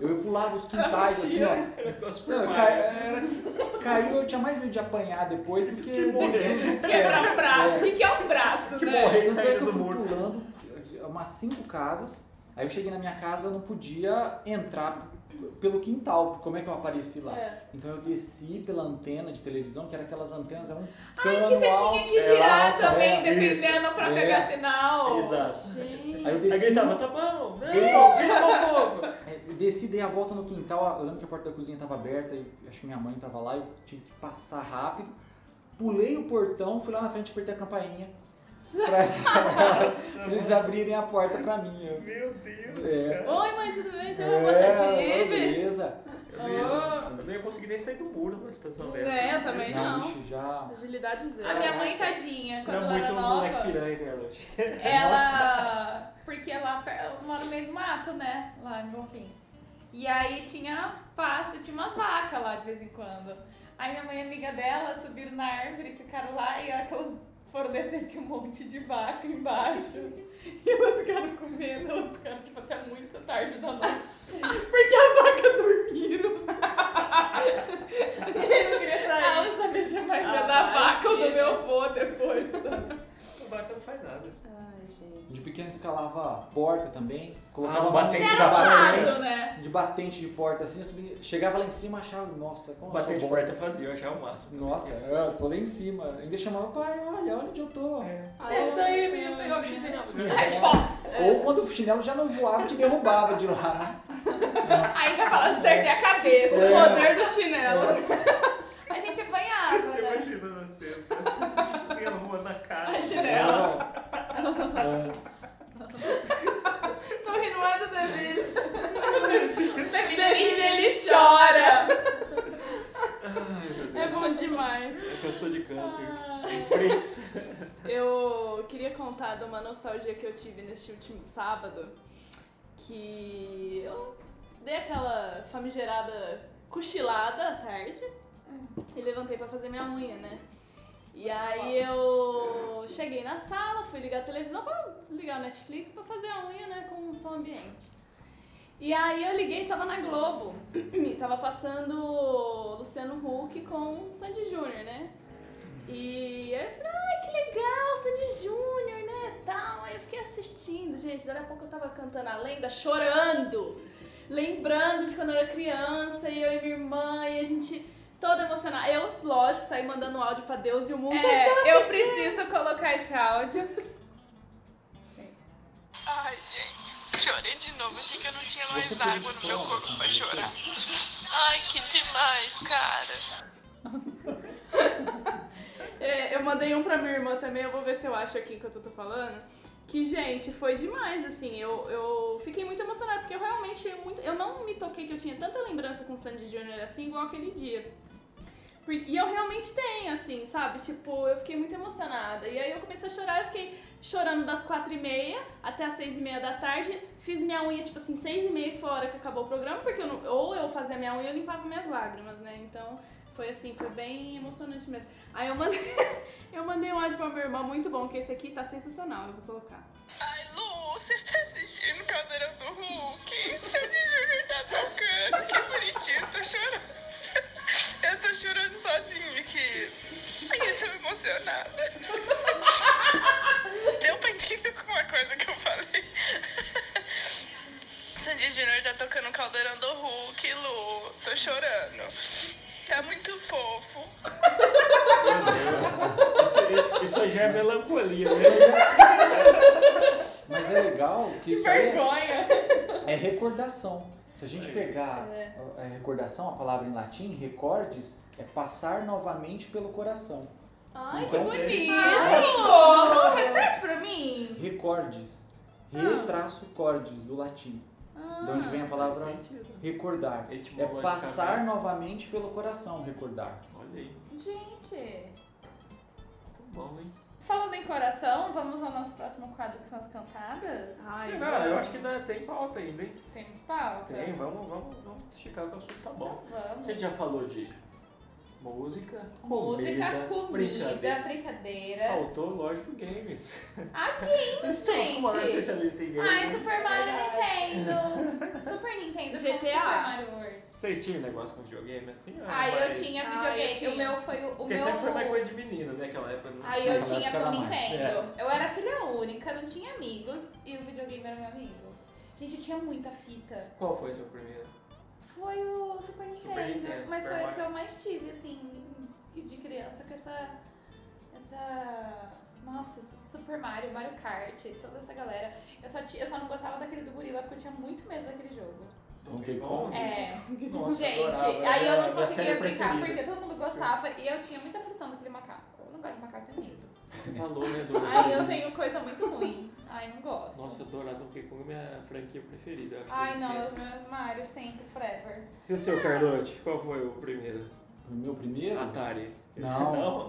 Speaker 1: eu pulava os quintais assim, ó.
Speaker 4: Era um negócio
Speaker 1: Não,
Speaker 4: por
Speaker 1: eu
Speaker 4: mar.
Speaker 1: caí- era- caiu, eu tinha mais medo de apanhar depois do que.
Speaker 4: Que morrer.
Speaker 5: Quebra o braço.
Speaker 1: É.
Speaker 5: O que, que é um braço,
Speaker 4: Que
Speaker 5: né?
Speaker 4: morrer.
Speaker 1: Tanto é que
Speaker 4: Caindo
Speaker 1: eu
Speaker 4: do
Speaker 1: fui
Speaker 4: muro.
Speaker 1: pulando eh, umas cinco casas. Aí eu cheguei na minha casa, eu não podia entrar pelo quintal. Como é que eu apareci lá?
Speaker 5: É.
Speaker 1: Então eu desci pela antena de televisão, que era aquelas antenas, eram um
Speaker 2: Ai,
Speaker 1: cano
Speaker 2: que você
Speaker 1: alto.
Speaker 2: tinha que
Speaker 4: é,
Speaker 2: girar
Speaker 1: é,
Speaker 2: também,
Speaker 1: isso,
Speaker 2: dependendo pra
Speaker 1: é.
Speaker 2: pegar sinal.
Speaker 4: Exato.
Speaker 5: Gente.
Speaker 1: Aí eu
Speaker 4: Aí
Speaker 1: desci,
Speaker 4: gritava, tá bom, não,
Speaker 1: Ele-
Speaker 4: vira um pouco.
Speaker 1: eu desci, dei a volta no quintal. Eu lembro que a porta da cozinha estava aberta e acho que minha mãe estava lá. Eu tive que passar rápido. Pulei o portão, fui lá na frente, apertei a campainha pra, pra eles abrirem a porta pra mim. Eu-
Speaker 4: Meu Deus,
Speaker 1: É.
Speaker 4: cara.
Speaker 5: Oi, mãe, tudo bem? Tem uma
Speaker 1: É,
Speaker 5: vontade de ir?
Speaker 1: beleza.
Speaker 4: Eu não, ia, eu não ia conseguir nem sair do muro na situação dessa.
Speaker 2: É,
Speaker 5: Né, eu também
Speaker 1: Não,
Speaker 5: não.
Speaker 1: ixi, já.
Speaker 5: Agilidade zero.
Speaker 2: A minha mãe, tadinha,
Speaker 4: Era
Speaker 2: quando ela
Speaker 4: muito
Speaker 2: era
Speaker 4: um
Speaker 2: nova,
Speaker 4: moleque piranha, Carlote.
Speaker 2: É, ela. Porque ela per- ela mora no meio do mato, né? Lá em Bonfim. E aí tinha pasto, tinha umas vacas lá de vez em quando. Aí minha mãe e amiga dela subiram na árvore, ficaram lá e aquelas foram descer de um monte de vaca embaixo. E elas ficaram comendo, elas ficaram tipo até muito tarde da noite. Porque as vacas dormiram. e eu não queria sair. Ela não sabia se mais ia
Speaker 5: Ah,
Speaker 2: da vaca ou do
Speaker 5: filha.
Speaker 2: meu avô depois. sabe?
Speaker 4: O vaca não faz nada.
Speaker 5: Ai, gente.
Speaker 1: De pequeno escalava a porta também.
Speaker 4: Ah,
Speaker 1: Colocava
Speaker 4: o
Speaker 1: uma
Speaker 4: batente
Speaker 1: mão de
Speaker 4: da
Speaker 1: batente,
Speaker 2: Errado, né?
Speaker 1: de batente de porta assim, eu subia, chegava lá em cima achava, nossa, como eu
Speaker 4: Bater de
Speaker 1: sou bom.
Speaker 4: porta fazia, eu achava o máximo.
Speaker 1: Nossa, É, eu tô lá em cima. Ainda chamava, pai, olha, olha onde eu tô.
Speaker 5: É.
Speaker 4: Esse daí, menino, pegar o chinelo.
Speaker 1: É. Ou quando o chinelo já não voava, te derrubava de lá, né?
Speaker 2: Ainda falando, acertei a cabeça.
Speaker 5: O poder do chinelo.
Speaker 2: A gente apanhava,
Speaker 4: Eu
Speaker 2: né?
Speaker 4: imagino você. Minha rua na cara.
Speaker 2: A chinela.
Speaker 1: É.
Speaker 5: Tô rindo mais do David.
Speaker 2: David,
Speaker 5: David,
Speaker 2: ele
Speaker 5: ele
Speaker 2: chora.
Speaker 4: Ai, meu
Speaker 5: É
Speaker 4: Deus.
Speaker 5: bom demais.
Speaker 4: Essa eu sou de câncer.
Speaker 2: Ah.
Speaker 4: Brinks.
Speaker 5: Eu queria contar de uma nostalgia que eu tive neste último sábado, que eu dei aquela famigerada cochilada à tarde e levantei pra fazer minha unha, né? E aí eu cheguei na sala, fui ligar a televisão pra ligar o Netflix pra fazer a unha, né, com o som ambiente. E aí eu liguei, tava na Globo, e tava passando Luciano Huck com o Sandy Júnior, né? E aí eu falei, ai, que legal, Sandy Júnior, né, tal. Aí eu fiquei assistindo, gente, daí a pouco eu tava cantando a lenda, chorando, lembrando de quando eu era criança, e eu e minha irmã, e a gente toda emocionada. Eu, lógico, saí mandando áudio pra Deus e o mundo, vocês estão
Speaker 2: É, eu
Speaker 5: assistindo?
Speaker 2: preciso colocar esse áudio.
Speaker 3: Ai, gente, chorei de novo, achei que eu não tinha
Speaker 1: Você
Speaker 3: mais
Speaker 1: tem
Speaker 3: água no meu
Speaker 1: história,
Speaker 3: corpo pra
Speaker 1: cara,
Speaker 3: chorar. Ai, que demais, cara.
Speaker 5: É, eu mandei um pra minha irmã também, eu vou ver se eu acho aqui enquanto eu tô falando. Que, gente, foi demais, assim, eu, eu fiquei muito emocionada, porque eu realmente, eu, muito, eu não me toquei que eu tinha tanta lembrança com o Sandy Jr. assim, igual aquele dia. Por- E eu realmente tenho, assim, sabe? Tipo, eu fiquei muito emocionada. E aí eu comecei a chorar, eu fiquei chorando das quatro e meia até as seis e meia da tarde. Fiz minha unha, tipo assim, seis e meia, que foi a hora que acabou o programa, porque eu não- ou eu fazia minha unha ou eu limpava minhas lágrimas, né? Então, foi assim, foi bem emocionante mesmo. Aí eu mandei, eu mandei um áudio pra minha irmã, muito bom, que esse aqui tá sensacional, eu vou colocar.
Speaker 3: Ai, Lu, você tá assistindo Caldeirão do Hulk? Seu DJ tá tocando, que bonitinho, eu tô chorando. Eu tô tô chorando sozinha aqui. Ai, eu tô emocionada. Deu pra entender alguma coisa que eu falei? Sandy Júnior tá tocando o caldeirão do Hulk, Lu. Tô chorando. Tá muito fofo.
Speaker 4: Isso, isso já é melancolia, né?
Speaker 1: Mas é legal que
Speaker 5: Que
Speaker 1: isso aí é,
Speaker 5: vergonha.
Speaker 1: é recordação. Se a gente
Speaker 4: Aí.
Speaker 1: pegar
Speaker 5: É.
Speaker 1: a, a recordação, a palavra em latim, recordes, é passar novamente pelo coração.
Speaker 5: Ai, que
Speaker 1: Então,
Speaker 5: bonito.
Speaker 2: Ai, como? Repete pra mim.
Speaker 1: Recordes. Retraço cordes do latim. De onde vem a palavra
Speaker 4: Ah. Faz sentido.
Speaker 1: recordar. É
Speaker 4: Etimologicamente.
Speaker 1: passar novamente pelo coração, recordar.
Speaker 4: Olha aí, muito
Speaker 2: Gente,
Speaker 4: bom, hein?
Speaker 2: falando em coração, vamos ao nosso próximo quadro que são as cantadas?
Speaker 5: Ai,
Speaker 4: não, É, eu acho que dá, tem pauta ainda, hein?
Speaker 2: Temos pauta?
Speaker 4: Tem, vamos, vamos, vamos esticar que o assunto tá bom. A
Speaker 2: Vamos.
Speaker 4: gente já falou de música,
Speaker 2: Música,
Speaker 4: comida,
Speaker 2: comida,
Speaker 4: brincadeira.
Speaker 2: brincadeira.
Speaker 4: Faltou, lógico, games.
Speaker 2: Ah, games,
Speaker 4: Estamos com o maior
Speaker 2: gente. Ah,
Speaker 4: especialista em games. né?
Speaker 2: Ai, Super Mario Nintendo. Super Nintendo como
Speaker 5: GTA.
Speaker 2: Super Mario World.
Speaker 4: Vocês tinham negócio com videogame assim?
Speaker 2: Ai, eu
Speaker 4: Mas-
Speaker 2: tinha
Speaker 5: Ai, eu
Speaker 2: videogame.
Speaker 5: tinha.
Speaker 2: O meu foi o, o
Speaker 4: Porque
Speaker 2: meu...
Speaker 4: sempre foi mais coisa de menino, né? Aquela época. não
Speaker 2: Aí
Speaker 4: tinha
Speaker 2: eu
Speaker 1: Naquela
Speaker 2: tinha
Speaker 1: época
Speaker 2: com
Speaker 1: era mais.
Speaker 2: Nintendo.
Speaker 4: É.
Speaker 2: Eu era filha única, não tinha amigos e o videogame era meu amigo. Gente, eu tinha muita fita.
Speaker 4: Qual foi o seu primeiro?
Speaker 2: Foi o Super Nintendo,
Speaker 4: Super Nintendo,
Speaker 2: mas
Speaker 4: Super
Speaker 2: foi o
Speaker 4: Mario.
Speaker 2: que eu mais tive, assim, de criança, com essa. Essa. Nossa, Super Mario, Mario Kart, toda essa galera. Eu só, ti- eu só não gostava daquele do gorila porque eu tinha muito medo daquele jogo.
Speaker 1: Donkey Kong?
Speaker 2: É.
Speaker 4: Nossa,
Speaker 2: Gente,
Speaker 4: adorava,
Speaker 2: aí eu
Speaker 4: era
Speaker 2: não
Speaker 4: a minha série
Speaker 2: conseguia brincar
Speaker 4: preferida.
Speaker 2: porque todo mundo gostava e eu tinha muita aflição daquele macaco. Eu não gosto de macaco, eu tenho medo.
Speaker 4: Você falou, né? Do...
Speaker 2: Ai, eu tenho coisa muito ruim. Ai, não gosto.
Speaker 4: Nossa, Dourado Donkey Kong é minha franquia preferida. eu acho
Speaker 2: Ai,
Speaker 4: que
Speaker 2: não,
Speaker 4: é.
Speaker 2: eu- meu Mario sempre, forever.
Speaker 4: E o seu, Carlote? Qual foi o primeiro?
Speaker 1: O meu primeiro
Speaker 4: Atari.
Speaker 1: Não.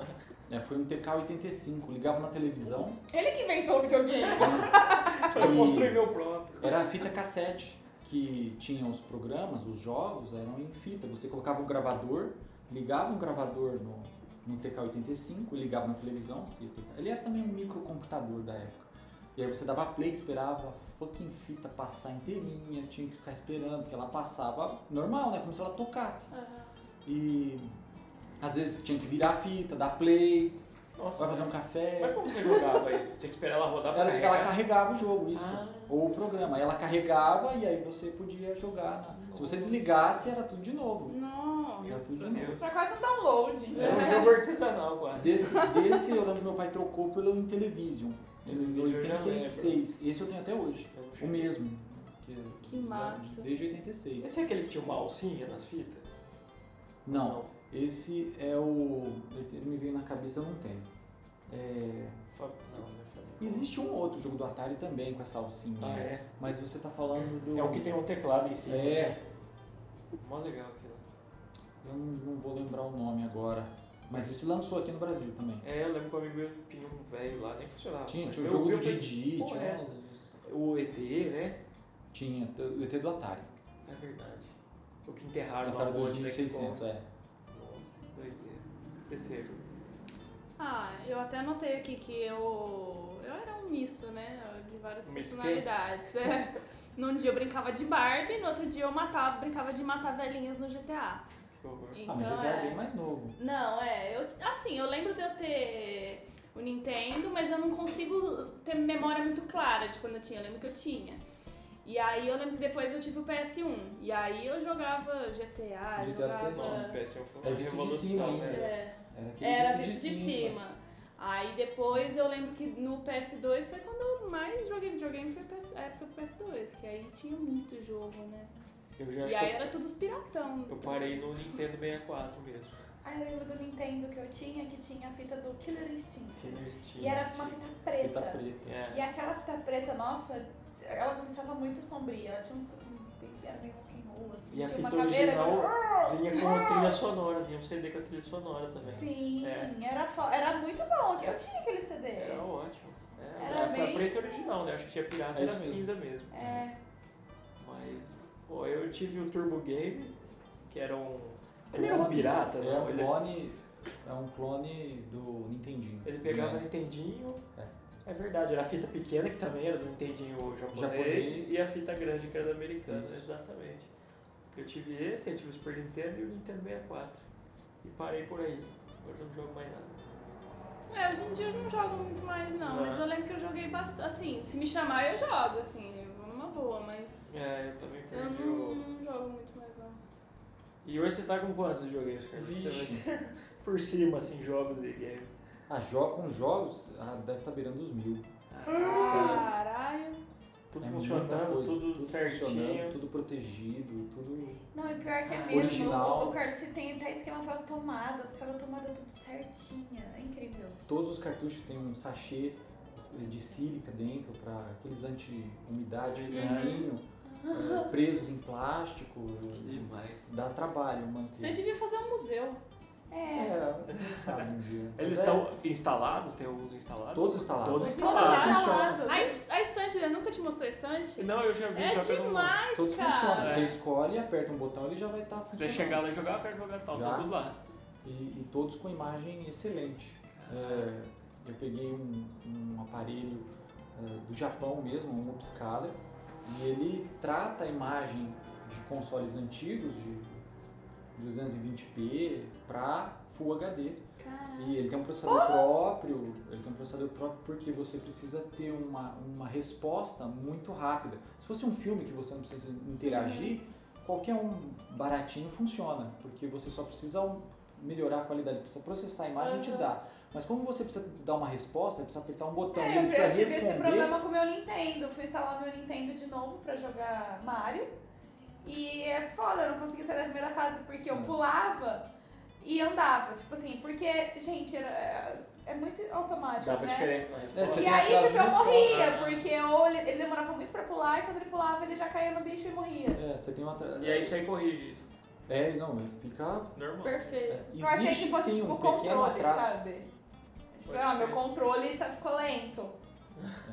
Speaker 4: Ah, não?
Speaker 1: é, foi um TK85. Ligava na televisão.
Speaker 2: Ele que inventou o videogame.
Speaker 4: Foi eu
Speaker 1: E-
Speaker 4: construí meu próprio.
Speaker 1: Era a fita cassete, que tinha os programas, os jogos eram em fita. Você colocava um gravador, ligava um gravador no, no TK85 e ligava na televisão. se ia ter- Ele era também um microcomputador da época. E aí você dava play, esperava a fucking fita passar inteirinha, tinha que ficar esperando, porque ela passava normal, né? Como se ela tocasse. E às vezes tinha que virar a fita, dar play,
Speaker 4: Nossa.
Speaker 1: vai fazer um café.
Speaker 4: Mas como você jogava isso? Você tinha que esperar ela rodar pra
Speaker 1: Era que
Speaker 5: É.
Speaker 1: ela
Speaker 4: carregar?
Speaker 1: carregava o jogo, isso.
Speaker 4: Ah.
Speaker 1: Ou o programa. Aí ela carregava e aí você podia jogar. na- Se você desligasse, era tudo de novo. Era
Speaker 5: Nossa.
Speaker 1: tudo de novo.
Speaker 2: Pra quase um download.
Speaker 4: Era um jogo artesanal quase.
Speaker 1: Desse, desse eu lembro que meu pai trocou pelo Intellivision. Em
Speaker 4: Intellivision eu já
Speaker 1: 86. Esse eu tenho até hoje. O mesmo. Que,
Speaker 5: Que massa.
Speaker 1: Desde 86.
Speaker 4: Esse é aquele que tinha uma alcinha nas fitas?
Speaker 1: Não, esse é o. Ele me veio na cabeça, um eu não tenho. É,
Speaker 4: Fa- Não, não é Famicom.
Speaker 1: existe um outro jogo do Atari também com essa alcinha.
Speaker 4: Ah, é?
Speaker 1: Mas você tá falando do.
Speaker 4: É o que tem um teclado em cima.
Speaker 1: É.
Speaker 4: assim. Mó legal aquilo.
Speaker 1: Eu não, não vou lembrar o nome agora. Mas esse lançou aqui no Brasil também.
Speaker 4: É, eu lembro que um amigo meu tinha um velho lá, nem funcionava. né?
Speaker 1: Tinha,
Speaker 4: Mas
Speaker 1: tinha o
Speaker 4: eu
Speaker 1: jogo
Speaker 4: vi,
Speaker 1: do
Speaker 4: eu falei,
Speaker 1: Didi,
Speaker 4: "Porra,
Speaker 1: tinha,
Speaker 4: é
Speaker 1: umas-
Speaker 4: O ET, né?
Speaker 1: tinha t- o ET do Atari.
Speaker 4: É verdade. O que enterraram lá
Speaker 1: Atari
Speaker 4: um monte de
Speaker 1: 2600,
Speaker 4: Xbox.
Speaker 1: é.
Speaker 4: Nossa, doideira. Esse é jogo.
Speaker 5: Ah, eu até anotei aqui que eu. Eu era um misto, né? De várias
Speaker 4: Um misto
Speaker 5: personalidades. É. Num dia eu brincava de Barbie, no outro dia eu matava, brincava de matar velhinhas no GTA.
Speaker 4: Que horror.
Speaker 5: Então,
Speaker 1: Ah, mas o GTA é
Speaker 5: é-
Speaker 1: bem mais novo.
Speaker 5: Não, é. Eu, assim, eu lembro de eu ter o Nintendo, mas eu não consigo ter memória muito clara de quando eu tinha. Eu lembro que eu tinha. E aí eu lembro que depois eu tive o PS1. E aí eu jogava GTA,
Speaker 1: GTA
Speaker 5: jogava.
Speaker 4: Nossa,
Speaker 1: PS1.
Speaker 4: PS1 foi
Speaker 1: É
Speaker 4: uma
Speaker 1: visto de cima
Speaker 4: revolução,
Speaker 1: ainda.
Speaker 4: né?
Speaker 5: É.
Speaker 1: Era aquele
Speaker 5: Era
Speaker 1: visto
Speaker 5: visto de cima. Aí depois eu lembro que no PS2 foi quando eu mais joguei videogame, foi PS a época do PS2, que aí tinha muito jogo, né?
Speaker 4: Eu já
Speaker 5: E
Speaker 4: acho
Speaker 5: aí
Speaker 4: que
Speaker 5: era todos piratão.
Speaker 4: eu, eu parei no Nintendo 64 mesmo.
Speaker 2: Ai, eu lembro do Nintendo que eu tinha, que tinha a fita do Killer Instinct.
Speaker 4: Tinha no Steam.
Speaker 2: E era uma fita preta.
Speaker 1: Fita preta.
Speaker 4: É.
Speaker 2: E aquela fita preta, nossa, ela começava muito sombria. Ela tinha um... um- Era meio rock'n'roll, assim.
Speaker 4: E a
Speaker 2: tinha uma
Speaker 4: fita
Speaker 2: caveira... que-
Speaker 4: original vinha com a trilha sonora, vinha um CD com a trilha sonora também.
Speaker 2: Sim,
Speaker 4: É.
Speaker 2: era, fo- era muito bom. Eu tinha aquele CD.
Speaker 4: Era ótimo. É,
Speaker 2: Era
Speaker 4: era foi
Speaker 2: bem-
Speaker 4: a preta original, né? Acho que tinha pirata,
Speaker 1: É
Speaker 4: era
Speaker 1: isso mesmo.
Speaker 4: cinza mesmo.
Speaker 2: É.
Speaker 4: Mas, pô, eu tive o Turbo Game, que era um.
Speaker 1: Clone.
Speaker 4: Ele era um pirata,
Speaker 1: É
Speaker 4: não?
Speaker 1: um
Speaker 4: Ele,
Speaker 1: clone, é um clone do Nintendinho.
Speaker 4: ele pegava o
Speaker 1: Mas
Speaker 4: Nintendinho.
Speaker 1: É.
Speaker 4: É verdade, era a fita pequena, que também era do Nintendinho japonês,
Speaker 1: Japonês.
Speaker 4: e a fita grande, que era do americano,
Speaker 1: Isso.
Speaker 4: exatamente. Eu tive esse, eu tive o Super Nintendo e o Nintendo 64. E parei por aí. Hoje eu não jogo mais nada.
Speaker 5: É, hoje em dia eu não jogo muito mais, não.
Speaker 4: Não.
Speaker 5: Mas eu lembro que eu joguei bastante. Assim, se me chamar, eu jogo, assim. Eu vou numa boa, mas.
Speaker 4: É, eu também
Speaker 5: Eu
Speaker 4: perdi
Speaker 5: não,
Speaker 4: o.
Speaker 5: não jogo muito mais, não.
Speaker 4: E hoje você tá com quantos videogames, cara? Você
Speaker 1: Vixe.
Speaker 4: vai- Por cima, assim, jogos e game.
Speaker 1: Ah, jo com jogos, ah, deve estar beirando os mil.
Speaker 4: É.
Speaker 5: Caralho.
Speaker 4: Ah, Tudo
Speaker 1: É muita
Speaker 4: funcionando,
Speaker 1: coisa,
Speaker 4: tudo,
Speaker 1: funcionando,
Speaker 4: certinho.
Speaker 1: tudo protegido, tudo.
Speaker 2: Não, e pior que é
Speaker 4: Ah,
Speaker 2: mesmo.
Speaker 1: original.
Speaker 2: O, o Cartucho tem até esquema para as tomadas, para a tomada tudo certinha. É incrível.
Speaker 1: Todos os cartuchos têm um sachê eh, de sílica dentro para aqueles
Speaker 5: Uhum.
Speaker 1: anti-umidade, pequenininho, eh, presos em plástico.
Speaker 4: demais.
Speaker 1: Dá trabalho manter.
Speaker 5: Você devia fazer um museu.
Speaker 2: É.
Speaker 1: É, quem sabe um dia.
Speaker 4: Eles
Speaker 1: Mas é,
Speaker 4: estão instalados? Tem alguns instalados?
Speaker 1: todos instalados.
Speaker 4: Todos
Speaker 2: Todos
Speaker 4: instalados.
Speaker 1: Ah,
Speaker 2: instalados.
Speaker 5: A, es- a estante, ele nunca te mostrou a estante?
Speaker 4: Não, um eu já vi,
Speaker 5: É
Speaker 4: já pegou um-
Speaker 5: demais,
Speaker 1: Todos funcionam.
Speaker 5: cara.
Speaker 1: Você escolhe, aperta um botão, ele já vai estar
Speaker 4: Se É. você
Speaker 1: funcionando.
Speaker 4: chegar lá e jogar, eu quero jogar tal,
Speaker 1: Já?
Speaker 4: tá tudo lá.
Speaker 1: E, e todos com imagem excelente. É, eu peguei um, um aparelho é, do Japão mesmo, um Upscaler, e ele trata a imagem de consoles antigos de 220p para Full HD.
Speaker 5: Caralho.
Speaker 1: E ele tem um processador próprio, ele tem um processador próprio porque você precisa ter uma, uma resposta muito rápida. Se fosse um filme que você não precisa interagir,
Speaker 2: Uhum.
Speaker 1: qualquer um baratinho funciona, porque você só precisa um- melhorar a qualidade, precisa processar a imagem e te
Speaker 2: Uhum.
Speaker 5: Aham.
Speaker 1: dá. Mas como você precisa dar uma resposta, você precisa apertar um botão e
Speaker 2: É,
Speaker 1: ele
Speaker 2: eu, eu
Speaker 1: precisa
Speaker 2: tive esse
Speaker 1: responder.
Speaker 2: problema com o meu Nintendo. Fui instalar meu Nintendo de novo pra jogar Mario. E é foda, eu não consegui sair da primeira fase porque eu
Speaker 1: É.
Speaker 2: pulava e andava. Tipo assim, porque, gente, era, é- é muito automático,
Speaker 4: Dava
Speaker 2: né?
Speaker 4: diferença na
Speaker 1: É,
Speaker 4: resposta.
Speaker 1: você
Speaker 2: E
Speaker 1: tem
Speaker 2: aí,
Speaker 1: atraso
Speaker 2: tipo, eu
Speaker 1: de
Speaker 2: morria,
Speaker 4: resposta, né?
Speaker 2: porque ou ele, ele demorava muito pra pular e quando ele pulava ele já caía no bicho e morria.
Speaker 1: É, você tem uma. tra-
Speaker 4: E aí isso aí corrige isso.
Speaker 1: É, não, ele fica.
Speaker 4: Normal.
Speaker 5: Perfeito.
Speaker 2: Eu achei que
Speaker 1: Existe
Speaker 2: fosse
Speaker 1: sim
Speaker 2: tipo
Speaker 1: um pequeno
Speaker 2: controle,
Speaker 1: atraso.
Speaker 2: sabe? Tipo,
Speaker 4: Pode
Speaker 2: ah, meu
Speaker 4: crer.
Speaker 2: controle tá, ficou lento.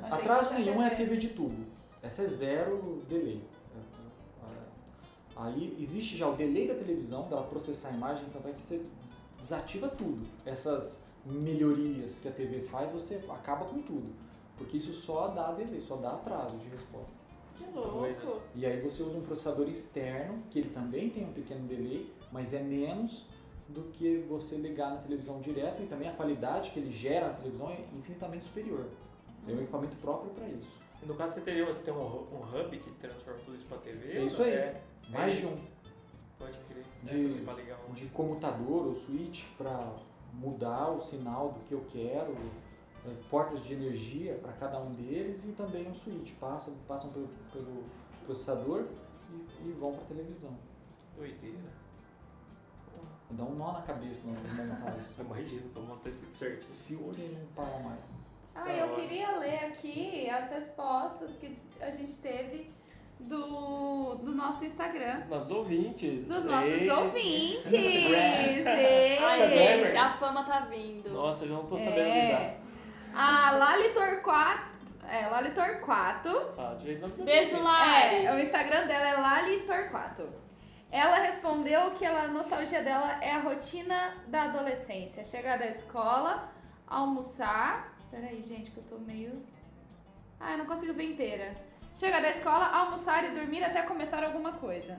Speaker 2: Achei que
Speaker 1: Atraso
Speaker 2: fosse a
Speaker 1: nenhum é a
Speaker 2: TV.
Speaker 1: TV de tubo. Essa é zero delay. Aí existe já o delay da televisão, dela processar a imagem, tanto é que você des- desativa tudo. Essas melhorias que a TV faz, você acaba com tudo. Porque isso só dá delay, só dá atraso de resposta.
Speaker 4: É.
Speaker 5: Que louco.
Speaker 1: E aí você usa um processador externo, que ele também tem um pequeno delay, mas é menos do que você ligar na televisão direto e também a qualidade que ele gera na televisão é infinitamente superior. É
Speaker 2: Uhum.
Speaker 1: um equipamento próprio para isso.
Speaker 4: E No caso, você teria você tem um, hu- um hub que transforma tudo isso pra TV?
Speaker 1: É isso aí.
Speaker 4: É,
Speaker 1: Mais de um
Speaker 4: pode crer.
Speaker 1: De-
Speaker 4: É, pra ligar um.
Speaker 1: de comutador ou switch para mudar o sinal do que eu quero, eh, portas de energia para cada um deles e também um switch. Passa, passam pelo, pelo processador e, e vão para a televisão.
Speaker 4: Doideira.
Speaker 1: Dá um nó na cabeça na hora de montar isso.
Speaker 4: Eu imagino, pra montar isso tudo certinho.
Speaker 1: Fio que não para mais.
Speaker 2: Ah,
Speaker 4: Da
Speaker 2: eu
Speaker 4: hora.
Speaker 2: queria ler aqui as respostas que a gente teve do, do nosso Instagram.
Speaker 4: Dos nossos ouvintes.
Speaker 2: Dos nossos
Speaker 4: Ei.
Speaker 2: ouvintes!
Speaker 4: Instagram.
Speaker 2: Ei.
Speaker 5: Ai,
Speaker 4: Instagram.
Speaker 5: gente, a fama tá vindo.
Speaker 4: Nossa, eu não tô sabendo
Speaker 2: É.
Speaker 4: lidar.
Speaker 2: A Lali Torquato. É, Lali Torquato.
Speaker 4: Fala, direito não
Speaker 5: Beijo, Lari.
Speaker 2: É, o Instagram dela é Lali Torquato. Ela respondeu que ela, a nostalgia dela é a rotina da adolescência. Chegar da escola, almoçar. Peraí, gente, que eu tô meio. Ah, eu não consigo ver inteira. Chegar da escola, almoçar e dormir até começar alguma coisa.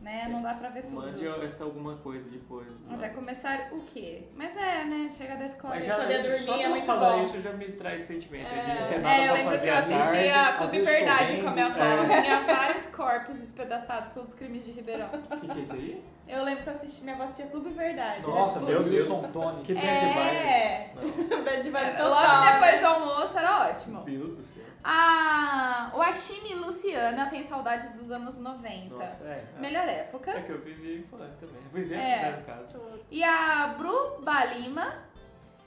Speaker 2: Né? Não dá pra ver tudo.
Speaker 4: Mande essa alguma coisa depois.
Speaker 2: Até começar o quê? Mas é, né? Chegar da escola.
Speaker 4: Mas
Speaker 2: e
Speaker 4: já,
Speaker 5: poder dormir
Speaker 4: só
Speaker 5: é
Speaker 4: pra
Speaker 5: muito
Speaker 4: falar
Speaker 5: bom.
Speaker 4: isso já me traz sentimento de
Speaker 5: É.
Speaker 4: não ter nada
Speaker 2: É, eu
Speaker 4: pra
Speaker 2: lembro
Speaker 4: fazer
Speaker 2: que
Speaker 4: à
Speaker 2: eu
Speaker 4: tarde. é.
Speaker 2: assistia
Speaker 1: às
Speaker 2: Clube
Speaker 1: vezes
Speaker 2: Verdade com a
Speaker 1: chovendo.
Speaker 2: minha avó, que tinha vários corpos despedaçados pelos crimes de Ribeirão.
Speaker 4: O que, que é isso aí?
Speaker 2: Eu lembro que eu assisti, minha avó assistia Clube Verdade. era
Speaker 1: Nossa,
Speaker 2: tipo-
Speaker 4: meu
Speaker 1: meu
Speaker 4: Deus.
Speaker 1: Wilson Tony.
Speaker 4: Que bad
Speaker 2: É,
Speaker 4: vibe.
Speaker 5: Bad vibe
Speaker 2: era,
Speaker 5: total.
Speaker 2: logo depois do almoço era
Speaker 4: Não. Meu
Speaker 2: ótimo.
Speaker 4: Deus do céu.
Speaker 2: A Washimi Luciana tem saudades dos anos 90.
Speaker 4: Nossa, é.
Speaker 2: Então, Melhor época.
Speaker 4: É que eu vivi infância também. Vivi
Speaker 2: É.
Speaker 4: né, no caso.
Speaker 2: E a Bru Balima,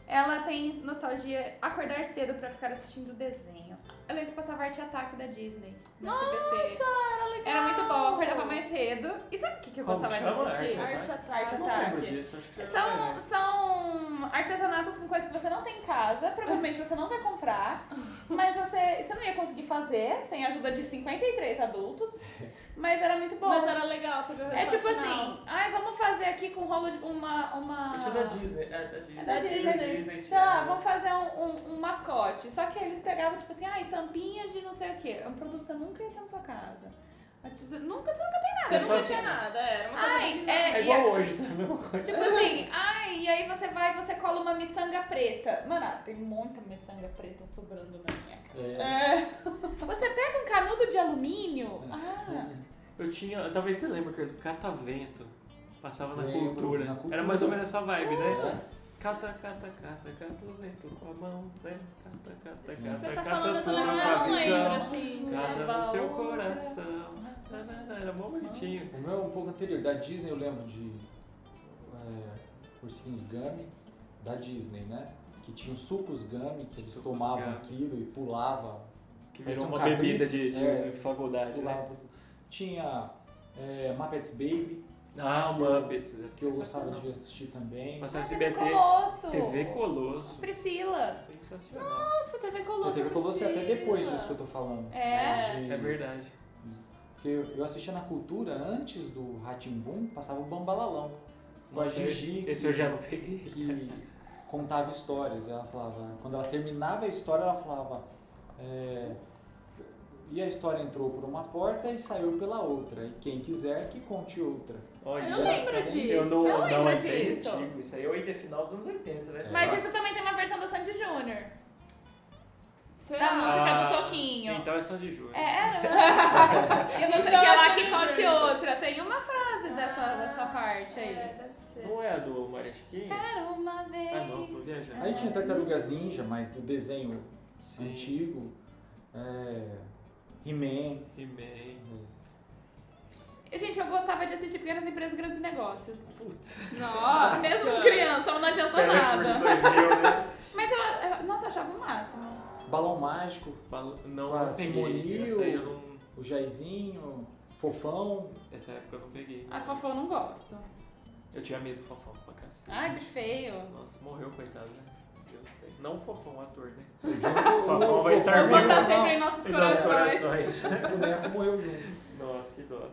Speaker 2: ela tem nostalgia acordar cedo pra ficar assistindo desenho. Eu lembro que passava arte ataque da Disney. No
Speaker 5: Nossa,
Speaker 2: SBT.
Speaker 5: era legal.
Speaker 2: Era muito bom, eu acordava mais cedo. E sabe o que, que eu
Speaker 4: Como
Speaker 2: gostava de
Speaker 4: chama?
Speaker 2: assistir?
Speaker 4: Arte
Speaker 2: Arte,
Speaker 5: Ataque?
Speaker 4: Eu não lembro
Speaker 2: Ataque.
Speaker 4: disso, acho que é, já não
Speaker 2: São,
Speaker 4: lembro.
Speaker 2: são artesanatos com coisa que você não tem em casa, provavelmente você não vai comprar, mas você, você não ia conseguir fazer sem a ajuda de 53 adultos, mas era muito bom.
Speaker 5: Mas era legal, sabe? o
Speaker 2: é
Speaker 5: resultado
Speaker 2: tipo
Speaker 5: final.
Speaker 2: assim, ai, vamos fazer aqui com um rolo de uma. uma...
Speaker 4: Isso é né? da Disney. É da Disney.
Speaker 2: Ah. É da Disney. Sei
Speaker 4: tinha.
Speaker 2: lá, vamos fazer um, um- um mascote. Só que eles pegavam, tipo assim, ai, tampinha de não sei o quê. É um produto que você nunca ia ter na sua casa. A tesoura. Nunca, você nunca tem nada.
Speaker 5: Você
Speaker 4: Você
Speaker 2: né?
Speaker 5: nunca
Speaker 4: só
Speaker 5: tinha
Speaker 4: assim-
Speaker 5: nada, era uma coisa
Speaker 2: Ai,
Speaker 5: bem bizarra.
Speaker 4: É
Speaker 2: é. e a-
Speaker 4: igual hoje, tá? A mesma coisa.
Speaker 2: Tipo assim, ai, e aí você vai e você cola uma miçanga preta. Mano, ah, tem muita miçanga preta sobrando na minha casa.
Speaker 5: É.
Speaker 2: Você pega um canudo de alumínio.
Speaker 1: É.
Speaker 2: Ah,
Speaker 4: Eu tinha. Talvez você lembre, Carlos, catavento. Passava na
Speaker 1: Lembro,
Speaker 4: cultura.
Speaker 1: na cultura.
Speaker 4: Era mais ou menos essa vibe, né?
Speaker 1: Nossa.
Speaker 4: Cata, cata, cata, cata o vento com a mão, né? Cata, cata,
Speaker 5: Se
Speaker 4: cata,
Speaker 5: você tá
Speaker 4: cata
Speaker 5: falando, eu tô
Speaker 4: tudo com
Speaker 5: lembrando,
Speaker 4: a
Speaker 5: eu não lembro,
Speaker 4: É visão.
Speaker 5: assim. de
Speaker 4: Cata
Speaker 5: levar
Speaker 4: tá no seu
Speaker 5: outra.
Speaker 4: coração. Na, na, na, Era mó bonitinho.
Speaker 1: O meu é um pouco anterior. Da Disney eu lembro de é, Ursinhos Gummy, da Disney, né? Que tinha os sucos Gummy, que eles
Speaker 4: Sucos
Speaker 1: tomavam
Speaker 4: Gummy.
Speaker 1: aquilo e pulava.
Speaker 4: Que
Speaker 1: Parece
Speaker 4: virou
Speaker 1: um
Speaker 4: uma
Speaker 1: cabrito.
Speaker 4: bebida de, de
Speaker 1: É.
Speaker 4: faculdade, né?
Speaker 1: pulava pro- Tinha é, Muppets Baby,
Speaker 4: Ah, o Muppets.
Speaker 1: que eu gostava de assistir também.
Speaker 4: Passava
Speaker 2: TV
Speaker 4: SBT.
Speaker 2: um Colosso.
Speaker 4: TV Colosso.
Speaker 2: Priscila.
Speaker 4: Sensacional.
Speaker 5: Nossa, TV Colosso.
Speaker 1: Eu teve Colosso é até depois disso que
Speaker 5: Priscila.
Speaker 1: eu tô falando.
Speaker 2: É.
Speaker 1: né? De-
Speaker 4: É verdade.
Speaker 1: Porque eu eu assistia na Cultura, antes do Ratimbum, passava o Bambalalão. Com a
Speaker 4: Nossa,
Speaker 1: Gigi.
Speaker 4: Esse eu já não peguei.
Speaker 1: que contava histórias. Ela falava, quando ela terminava a história, ela falava. é, e a história entrou por uma porta e saiu pela outra. E quem quiser que conte outra.
Speaker 4: Olha,
Speaker 5: Eu lembro
Speaker 4: só.
Speaker 5: disso,
Speaker 4: Eu não,
Speaker 2: eu
Speaker 4: não,
Speaker 2: lembro
Speaker 4: é bem
Speaker 2: disso.
Speaker 4: antigo. Isso aí é o de final dos anos 80, né?
Speaker 2: Mas isso também tem uma versão do Sandy Júnior. Da
Speaker 5: Será?
Speaker 2: música do
Speaker 4: Ah,
Speaker 2: Toquinho.
Speaker 4: Então é Sandy Júnior.
Speaker 2: assim, É, era. Eu não sei
Speaker 5: Então
Speaker 2: que é
Speaker 5: é
Speaker 2: lá
Speaker 5: Sandy
Speaker 2: que conte
Speaker 5: Júnior.
Speaker 2: outra. Tem uma frase dessa,
Speaker 5: Ah,
Speaker 2: dessa parte aí.
Speaker 5: É, deve ser.
Speaker 4: Não é a do Maria Chiquinha?
Speaker 2: Era uma vez.
Speaker 4: Ah, não, tô viajando.
Speaker 1: Aí tinha Tartarugas Ninja, mas do desenho
Speaker 4: Sim,
Speaker 1: antigo. É, He-Man.
Speaker 4: He-Man.
Speaker 2: Gente, eu gostava de assistir Pequenas Empresas e Grandes Negócios.
Speaker 4: Putz.
Speaker 5: Nossa.
Speaker 2: Mesmo criança, não adiantou
Speaker 4: Telecurso
Speaker 2: nada.
Speaker 4: 2000, né?
Speaker 2: Mas eu, eu- nossa, eu achava o máximo.
Speaker 1: Balão Mágico,
Speaker 4: Bal- Não,
Speaker 1: Ah,
Speaker 4: não peguei.
Speaker 1: Simonil.
Speaker 4: Essa aí eu não...
Speaker 1: o Jaizinho, Fofão.
Speaker 4: Essa época eu não peguei.
Speaker 2: A Fofão eu não gosto.
Speaker 4: Eu tinha medo do Fofão, pra cacete.
Speaker 2: Ai, bicho feio.
Speaker 4: Nossa, morreu, coitado, né? Deus do céu. Não o Fofão, o ator, né?
Speaker 1: O jogo-
Speaker 4: Fofão
Speaker 1: o
Speaker 4: vai estar
Speaker 2: Eu
Speaker 4: vivo.
Speaker 2: vou tá sempre em nossos
Speaker 4: Em nossos
Speaker 2: corações.
Speaker 4: corações.
Speaker 1: O boneco morreu junto.
Speaker 4: Nossa, que dó.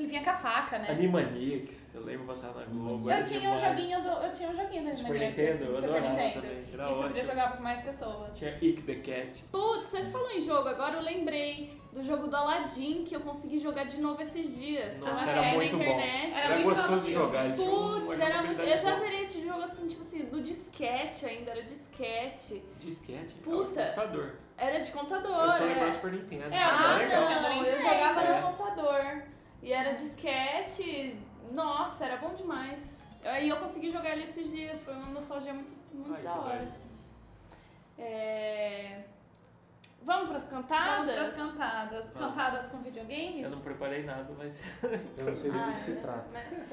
Speaker 2: Ele vinha com a faca, né?
Speaker 4: Animaniacs, eu lembro passar na Globo.
Speaker 2: Eu
Speaker 4: era
Speaker 2: tinha, um
Speaker 4: demais.
Speaker 2: joguinho do, eu tinha um joguinho da
Speaker 4: Super
Speaker 2: Animaniacs,
Speaker 4: Nintendo, eu
Speaker 2: Super
Speaker 4: adorava
Speaker 2: Nintendo.
Speaker 4: também. Era
Speaker 2: E você podia
Speaker 4: ótimo.
Speaker 2: jogar com mais pessoas.
Speaker 4: Tinha Ick the Cat.
Speaker 5: Putz, vocês falam em jogo, agora eu lembrei do jogo do Aladdin que eu consegui jogar de novo esses dias. que eu
Speaker 4: Nossa,
Speaker 5: achei
Speaker 4: era muito
Speaker 5: na
Speaker 4: bom.
Speaker 5: internet.
Speaker 4: Era, gostoso de jogar. ele tinha um uma
Speaker 5: Putz, era muito. Eu
Speaker 4: jogabilidade
Speaker 5: já
Speaker 4: boa.
Speaker 5: zerei esse jogo assim, tipo assim, no disquete ainda, era disquete.
Speaker 4: Disquete?
Speaker 5: Puta.
Speaker 4: É o computador.
Speaker 5: Era de computador,
Speaker 4: Eu tô lembrando do
Speaker 5: era.
Speaker 4: Super Nintendo.
Speaker 5: É,
Speaker 4: tá
Speaker 5: ah,
Speaker 4: legal.
Speaker 5: não, eu
Speaker 2: É.
Speaker 5: jogava
Speaker 4: É.
Speaker 5: no computador. E era disquete. Nossa, era bom demais. Aí eu consegui jogar ele esses dias, foi uma nostalgia muito, muito
Speaker 4: Ai,
Speaker 5: da
Speaker 4: que
Speaker 5: hora.
Speaker 4: doido.
Speaker 5: É... Vamos pras cantadas?
Speaker 2: Vamos pras cantadas.
Speaker 4: Vamos.
Speaker 2: Cantadas com
Speaker 4: Ah. Eu
Speaker 2: videogames?
Speaker 4: não preparei nada, mas.
Speaker 1: Eu não sei do
Speaker 5: Ah,
Speaker 1: que se
Speaker 5: né?
Speaker 1: trata.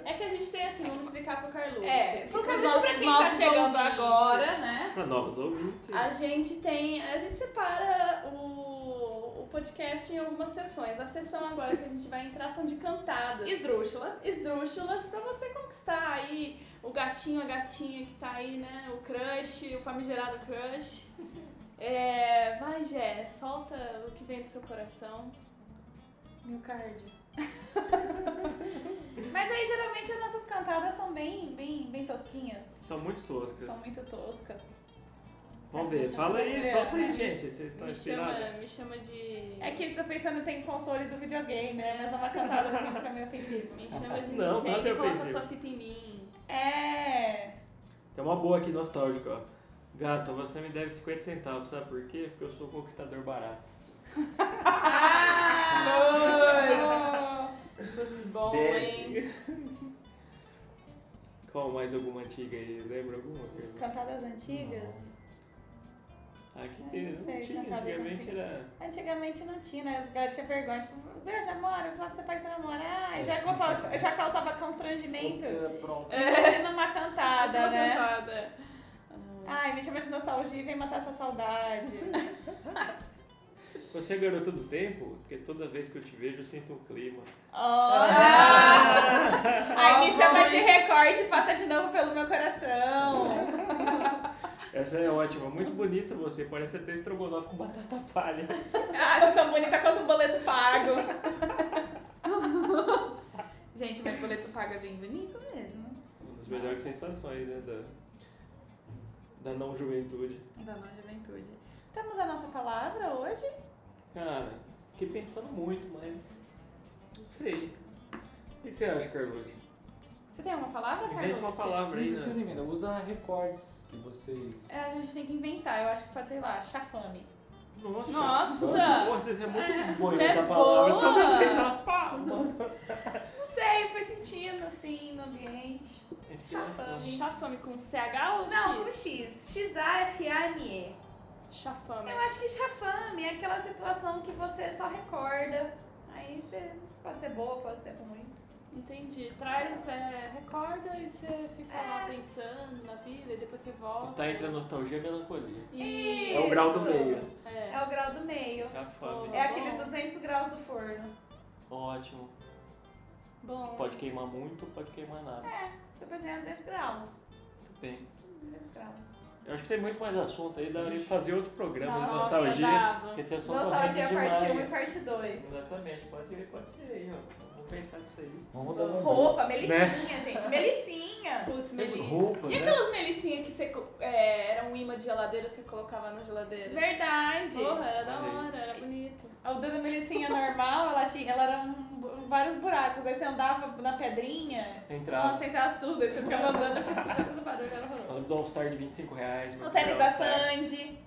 Speaker 5: É que a gente tem assim, vamos explicar pro Carlucci.
Speaker 2: É,
Speaker 5: E
Speaker 2: por
Speaker 5: pros
Speaker 2: causa de
Speaker 5: nossos
Speaker 2: pra quem tá
Speaker 5: novos
Speaker 2: chegando
Speaker 5: ouvintes.
Speaker 2: agora, né?
Speaker 4: pra novos ouvintes.
Speaker 5: A gente tem. A gente separa o, o podcast em algumas sessões. A sessão agora que a gente vai entrar são de cantadas.
Speaker 2: Esdrúxulas.
Speaker 5: Esdrúxulas pra você conquistar aí o gatinho, a gatinha que tá aí, né? O crush, o famigerado crush. É, vai, Gé, solta o que vem do seu coração.
Speaker 2: Miocárdio. Mas aí, geralmente, as nossas cantadas são bem, bem, bem tosquinhas.
Speaker 4: São muito toscas.
Speaker 2: São muito toscas.
Speaker 4: Vamos ver. Fala aí,
Speaker 2: Brasileira,
Speaker 4: só
Speaker 2: né?
Speaker 4: pra gente. Vocês estão
Speaker 5: Me chama,
Speaker 4: inspirados?
Speaker 5: me chama de.
Speaker 2: É que eu tô pensando tem console do videogame, né? Mas uma cantada assim fica meio ofensivo.
Speaker 5: Me chama de
Speaker 4: Não,
Speaker 5: Nintendo
Speaker 4: nada é
Speaker 5: e coloca
Speaker 4: ofensivo.
Speaker 5: sua fita em mim.
Speaker 2: É.
Speaker 4: Tem uma boa aqui nostálgica, ó. Gata, você me deve 50 centavos, sabe por quê? Porque eu sou um conquistador barato.
Speaker 2: Ah!
Speaker 5: Putz, bom,
Speaker 1: Deve.
Speaker 5: hein?
Speaker 4: Qual mais alguma antiga aí? Lembra alguma?
Speaker 2: Oh. Cantadas antigas?
Speaker 4: Aqui
Speaker 2: Ai,
Speaker 4: tem,
Speaker 2: não sei, tá
Speaker 4: não tinha. Ah,
Speaker 2: cantadas
Speaker 4: Antigamente
Speaker 2: antigas.
Speaker 4: era.
Speaker 2: Antigamente não tinha, né? Os garotos tinham vergonha. Tipo, você já mora? Eu falava, você pai, você namora? Ai, já causava, já causava constrangimento.
Speaker 1: É, pronto.
Speaker 2: Imagina uma cantada,
Speaker 5: Última
Speaker 2: né?
Speaker 5: cantada.
Speaker 2: Ai, me chama de nostalgia e vem matar essa saudade.
Speaker 4: Você é garota do tempo? Porque toda vez que eu te vejo eu sinto um clima.
Speaker 2: Olha! Ai,
Speaker 5: Ah,
Speaker 2: me chama
Speaker 5: vai.
Speaker 2: de recorte, passa de novo pelo meu coração.
Speaker 4: Essa é ótima, muito bonita você, parece até estrogonofe com batata palha.
Speaker 2: Ah, tô tão bonita quanto o boleto pago. Gente, mas boleto pago é bem bonito mesmo.
Speaker 4: Uma das melhores sensações, né? Da, da não juventude.
Speaker 2: Da não juventude. Temos a nossa palavra hoje?
Speaker 4: Cara, fiquei pensando muito, mas. Não sei. O que você acha, Carlucci?
Speaker 5: Você tem alguma palavra, Carlos?
Speaker 4: Inventa uma palavra aí.
Speaker 1: Não
Speaker 4: né?
Speaker 1: precisa emenda, usa recordes que vocês.
Speaker 5: É, a gente tem que inventar. Eu acho que pode, sei lá, chafame.
Speaker 4: Nossa!
Speaker 5: Nossa!
Speaker 4: Nossa, você é muito
Speaker 5: É,
Speaker 4: bom em
Speaker 5: você é
Speaker 4: inventar palavra.
Speaker 5: boa.
Speaker 4: Toda vez ela pá, manda.
Speaker 2: Não sei, foi sentindo assim no ambiente.
Speaker 4: Inspiração.
Speaker 5: Chafame com CH ou
Speaker 2: Não, com
Speaker 5: X?
Speaker 2: X. X-A-F-A-M-E.
Speaker 5: Chafame.
Speaker 2: Eu acho que chafame é aquela situação que você só recorda. Aí você pode ser boa, pode ser ruim.
Speaker 5: Entendi. Traz, é, recorda e você fica lá pensando na vida e depois você volta.
Speaker 4: Está entre a nostalgia e a melancolia.
Speaker 5: E...
Speaker 4: É o grau do
Speaker 2: Isso.
Speaker 4: meio.
Speaker 5: É.
Speaker 2: É o grau do meio.
Speaker 4: Já fome.
Speaker 2: É
Speaker 5: Tá
Speaker 2: aquele
Speaker 5: bom.
Speaker 2: 200 graus do forno.
Speaker 4: Ótimo.
Speaker 5: Bom.
Speaker 4: Pode queimar muito, pode queimar nada.
Speaker 5: É.
Speaker 2: Você pensa em 200 graus.
Speaker 4: Muito bem.
Speaker 2: 200 graus.
Speaker 4: Eu acho que tem muito mais assunto aí, daria pra fazer outro programa de
Speaker 5: Nossa,
Speaker 4: nostalgia.
Speaker 5: dava.
Speaker 4: Porque esse assunto
Speaker 2: Nostalgia
Speaker 4: rende
Speaker 2: parte 1
Speaker 4: demais.
Speaker 2: e parte 2.
Speaker 4: Exatamente, pode ser, pode ser aí, ó. Vamos pensar nisso aí.
Speaker 1: Vamos dar uma.
Speaker 2: Roupa,
Speaker 4: Né?
Speaker 2: melicinha, gente. Melicinha.
Speaker 4: é
Speaker 5: Putz, melissa.
Speaker 4: Roupa,
Speaker 5: E
Speaker 4: né?
Speaker 5: aquelas melicinhas que você co- é, era um imã de geladeira, você colocava na geladeira?
Speaker 2: Verdade.
Speaker 5: Porra, era da
Speaker 4: Olha aí.
Speaker 5: hora, era bonito.
Speaker 2: A Dona Melicinha é normal, ela, tinha, ela era um, bu- vários buracos. Aí você andava na pedrinha,
Speaker 4: Entrava.
Speaker 2: nossa, entrava tudo. Aí você ficava andando, tipo, fazia todo barulho, era
Speaker 4: Eu
Speaker 2: horroroso.
Speaker 4: dou um star de 25 reais. meu
Speaker 2: O tênis da
Speaker 4: Deus, tá?
Speaker 2: Sandy,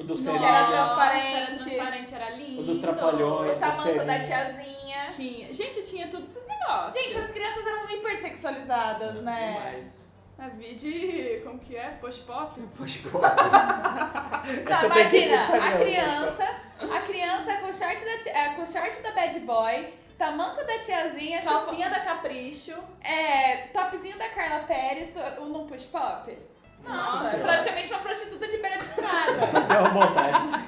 Speaker 4: O do é
Speaker 5: Nossa,
Speaker 2: Que era
Speaker 4: Celia.
Speaker 2: transparente.
Speaker 5: Era transparente, era lindo.
Speaker 4: O dos trapalhões.
Speaker 2: o tamanco da
Speaker 4: Serinha.
Speaker 2: tiazinha.
Speaker 5: Tinha. Gente, tinha todos esses negócios.
Speaker 2: Gente, as crianças eram hipersexualizadas, né?
Speaker 4: Demais.
Speaker 5: A vídeo, como que é? Post-pop?
Speaker 4: Poxa, Essa
Speaker 2: Tá,
Speaker 4: eu pensei
Speaker 2: imagina,
Speaker 4: no Instagram.
Speaker 2: a criança, a criança com o short da, ti- é, com o short da bad boy, tamanco da tiazinha,
Speaker 5: Calcinha
Speaker 2: calcinha,
Speaker 5: da Capricho.
Speaker 2: é, topzinho da Carla Pérez, to- num push pop.
Speaker 5: Nossa
Speaker 2: Nossa,
Speaker 4: Senhora.
Speaker 2: praticamente uma prostituta de beira de estrada.
Speaker 4: Isso é uma montagem.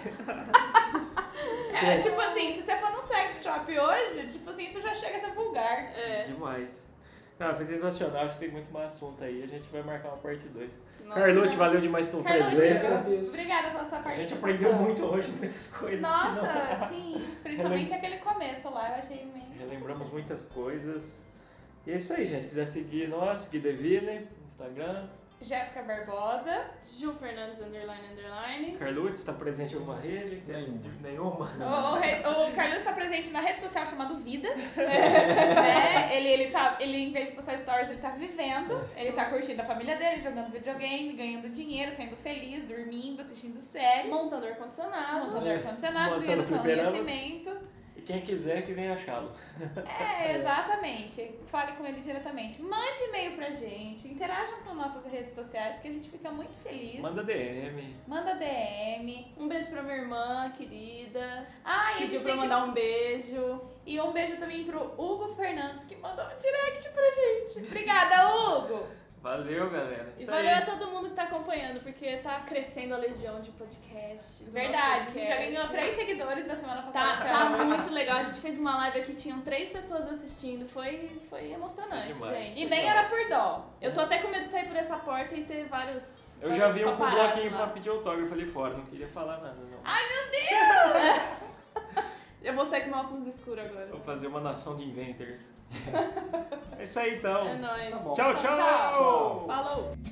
Speaker 2: É, tipo assim, se você for num sex shop hoje, tipo assim, isso já chega a ser vulgar.
Speaker 5: É.
Speaker 4: Demais. Não, foi sensacional, acho que tem muito mais assunto aí. A gente vai marcar uma parte 2.
Speaker 5: Nossa.
Speaker 4: Carlucci, valeu demais pela
Speaker 2: Carlucci,
Speaker 1: Eu
Speaker 4: presença.
Speaker 1: agradeço.
Speaker 2: tipo, Obrigada pela sua
Speaker 4: A
Speaker 2: participação.
Speaker 4: gente aprendeu muito hoje, muitas coisas. que não-
Speaker 2: Nossa, sim. Principalmente aquele começo lá, eu achei meio...
Speaker 4: Relembramos muitas coisas. E é isso aí, gente. Quiser seguir nós, seguir Devine, Instagram.
Speaker 2: Jéssica Barbosa.
Speaker 5: Ju Fernandes, underline, underline.
Speaker 4: Carlucci, está presente em alguma rede?
Speaker 1: Nenhuma.
Speaker 4: De- Nenhuma.
Speaker 2: O, o, re- o Carlos está presente na rede social chamada Vida. né? ele, ele, tá, ele, em vez de postar stories, ele tá vivendo. Ele tá curtindo a família dele, jogando videogame, ganhando dinheiro, sendo feliz, dormindo, assistindo séries.
Speaker 5: Montando ar-condicionado.
Speaker 2: Montando ar-condicionado,
Speaker 4: Montando
Speaker 2: ganhando
Speaker 4: é. fliperama.
Speaker 2: conhecimento.
Speaker 4: E quem quiser que venha achá-lo.
Speaker 2: É, exatamente. Fale com ele diretamente. Mande e-mail pra gente, interajam com nossas redes sociais, que a gente fica muito feliz.
Speaker 4: Manda DM.
Speaker 2: Manda DM.
Speaker 5: Um beijo pra minha irmã, querida.
Speaker 2: Ah, e a
Speaker 5: Pediu
Speaker 2: gente
Speaker 5: pra
Speaker 2: tem
Speaker 5: eu
Speaker 2: que...
Speaker 5: mandar um beijo.
Speaker 2: E um beijo também pro Hugo Fernandes, que mandou um direct pra gente. Obrigada, Hugo!
Speaker 4: Valeu, galera. Isso
Speaker 5: E
Speaker 4: aí.
Speaker 5: valeu a todo mundo que tá acompanhando, porque tá crescendo a legião de podcast. do nosso
Speaker 2: Verdade, a gente já
Speaker 5: podcast.
Speaker 2: ganhou três seguidores da semana
Speaker 5: Tá,
Speaker 2: passada.
Speaker 5: tá
Speaker 2: Carol.
Speaker 5: muito legal. A gente fez uma live aqui, tinham três pessoas assistindo. Foi, foi emocionante,
Speaker 4: Foi demais.
Speaker 5: gente.
Speaker 2: E nem era por dó.
Speaker 5: Eu tô até com medo de sair por essa porta e ter vários.
Speaker 4: Eu já vi um com
Speaker 5: paparazzi
Speaker 4: bloquinho
Speaker 5: lá.
Speaker 4: pra pedir autógrafo ali fora, não queria falar nada, não.
Speaker 5: Eu vou sair com meu óculos escuro agora.
Speaker 4: Vou fazer uma nação de inventors. é isso aí então.
Speaker 5: É nóis.
Speaker 1: Tá bom.
Speaker 4: Tchau, tchau!
Speaker 5: Falou!